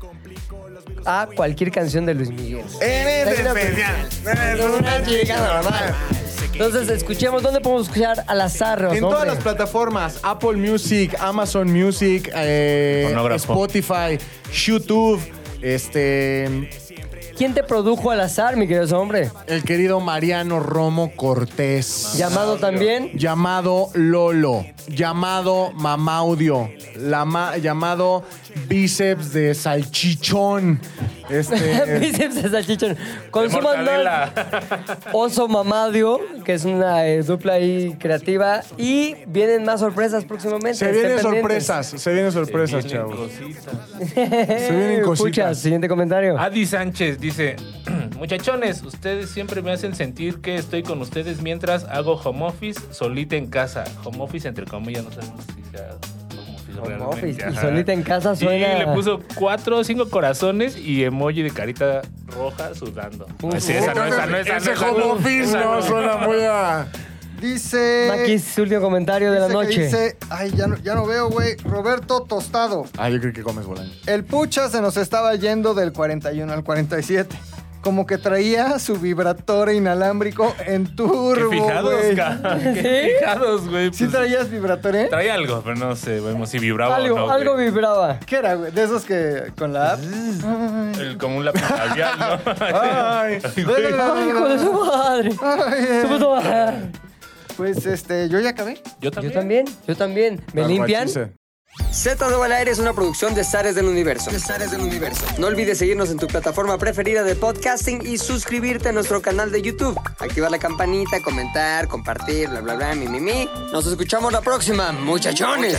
[SPEAKER 1] a cualquier canción de Luis Miguel.
[SPEAKER 2] Eres
[SPEAKER 1] Signo-
[SPEAKER 2] este especial. Eres una chica normal.
[SPEAKER 1] Entonces, escuchemos, ¿dónde podemos escuchar al azar? los
[SPEAKER 2] En todas
[SPEAKER 1] hombres?
[SPEAKER 2] las plataformas, Apple Music, Amazon Music, eh,
[SPEAKER 4] Fonógrafo.
[SPEAKER 2] Spotify, YouTube, este,
[SPEAKER 1] ¿Quién te produjo al azar, mi querido hombre?
[SPEAKER 2] el querido Mariano Romo Cortés.
[SPEAKER 1] Llamado también.
[SPEAKER 2] llamado Lolo, llamado Mamaudio, la ma- llamado Bíceps de Salchichón.
[SPEAKER 4] <laughs>
[SPEAKER 1] <laughs>
[SPEAKER 4] Eh,
[SPEAKER 2] Este,
[SPEAKER 1] Bíceps de salchichón. Consuman
[SPEAKER 4] mortadela.
[SPEAKER 1] Oso Mamadio, que es una eh, dupla ahí creativa. Y vienen más sorpresas próximamente.
[SPEAKER 2] se
[SPEAKER 1] estén
[SPEAKER 2] vienen
[SPEAKER 1] pendientes.
[SPEAKER 2] sorpresas, se vienen sorpresas, chavos.
[SPEAKER 1] Se <laughs>
[SPEAKER 2] vienen cositas.
[SPEAKER 1] Escucha, siguiente comentario.
[SPEAKER 4] Adi Sánchez dice, <clears throat> muchachones, ustedes siempre me hacen sentir que estoy con ustedes mientras hago home office solita en casa. Home office entre comillas, no sabemos si sea home office
[SPEAKER 1] Home
[SPEAKER 4] realmente,
[SPEAKER 1] office, y
[SPEAKER 4] ajá.
[SPEAKER 1] solita en casa suena-
[SPEAKER 4] Y le puso cuatro o cinco corazones y emoji de carita roja sudando.
[SPEAKER 1] Uh,
[SPEAKER 4] Sí, esa no, esa no, esa no,
[SPEAKER 2] Ese
[SPEAKER 4] esa
[SPEAKER 2] home
[SPEAKER 4] no.
[SPEAKER 2] office
[SPEAKER 4] Esa
[SPEAKER 2] no
[SPEAKER 4] no.
[SPEAKER 2] suena muy a...
[SPEAKER 3] Dice.
[SPEAKER 1] Maquis, su último comentario de la
[SPEAKER 3] dice que
[SPEAKER 1] noche.
[SPEAKER 3] dice- ay, ya no, ya no veo, güey. Roberto Tostado.
[SPEAKER 2] Ah, yo creo que comes volando.
[SPEAKER 3] El pucha se nos estaba yendo del 41 al 47. Como que traía su vibrador inalámbrico en turbo.
[SPEAKER 4] Qué fijados,
[SPEAKER 3] güey.
[SPEAKER 4] ca-
[SPEAKER 1] <laughs> ¿Sí?
[SPEAKER 4] Qué fijados, güey.
[SPEAKER 3] ¿Sí
[SPEAKER 4] pues,
[SPEAKER 3] traías vibrador, eh?
[SPEAKER 4] traía algo, pero no sé, vemos si vibraba
[SPEAKER 1] algo
[SPEAKER 4] o Ah, no.
[SPEAKER 1] algo
[SPEAKER 4] güey.
[SPEAKER 1] vibraba.
[SPEAKER 3] ¿Qué era, güey? De esos que con la app.
[SPEAKER 4] El- Como un lápiz labial,
[SPEAKER 1] <laughs>
[SPEAKER 4] ¿no?
[SPEAKER 2] Ay,
[SPEAKER 1] Ay, hijo de su madre. Su puta madre.
[SPEAKER 3] Pues este, yo ya acabé.
[SPEAKER 1] Yo
[SPEAKER 4] Yo también.
[SPEAKER 1] también, yo también. ¿Me limpian?
[SPEAKER 2] Aguachise.
[SPEAKER 8] Z de al aire es una producción de Zares del Universo. del Universo. No olvides seguirnos en tu plataforma preferida de podcasting y suscribirte a nuestro canal de YouTube. Activar la campanita, comentar, compartir, bla, bla, bla, mi, mi, mi. Nos escuchamos la próxima, muchachones.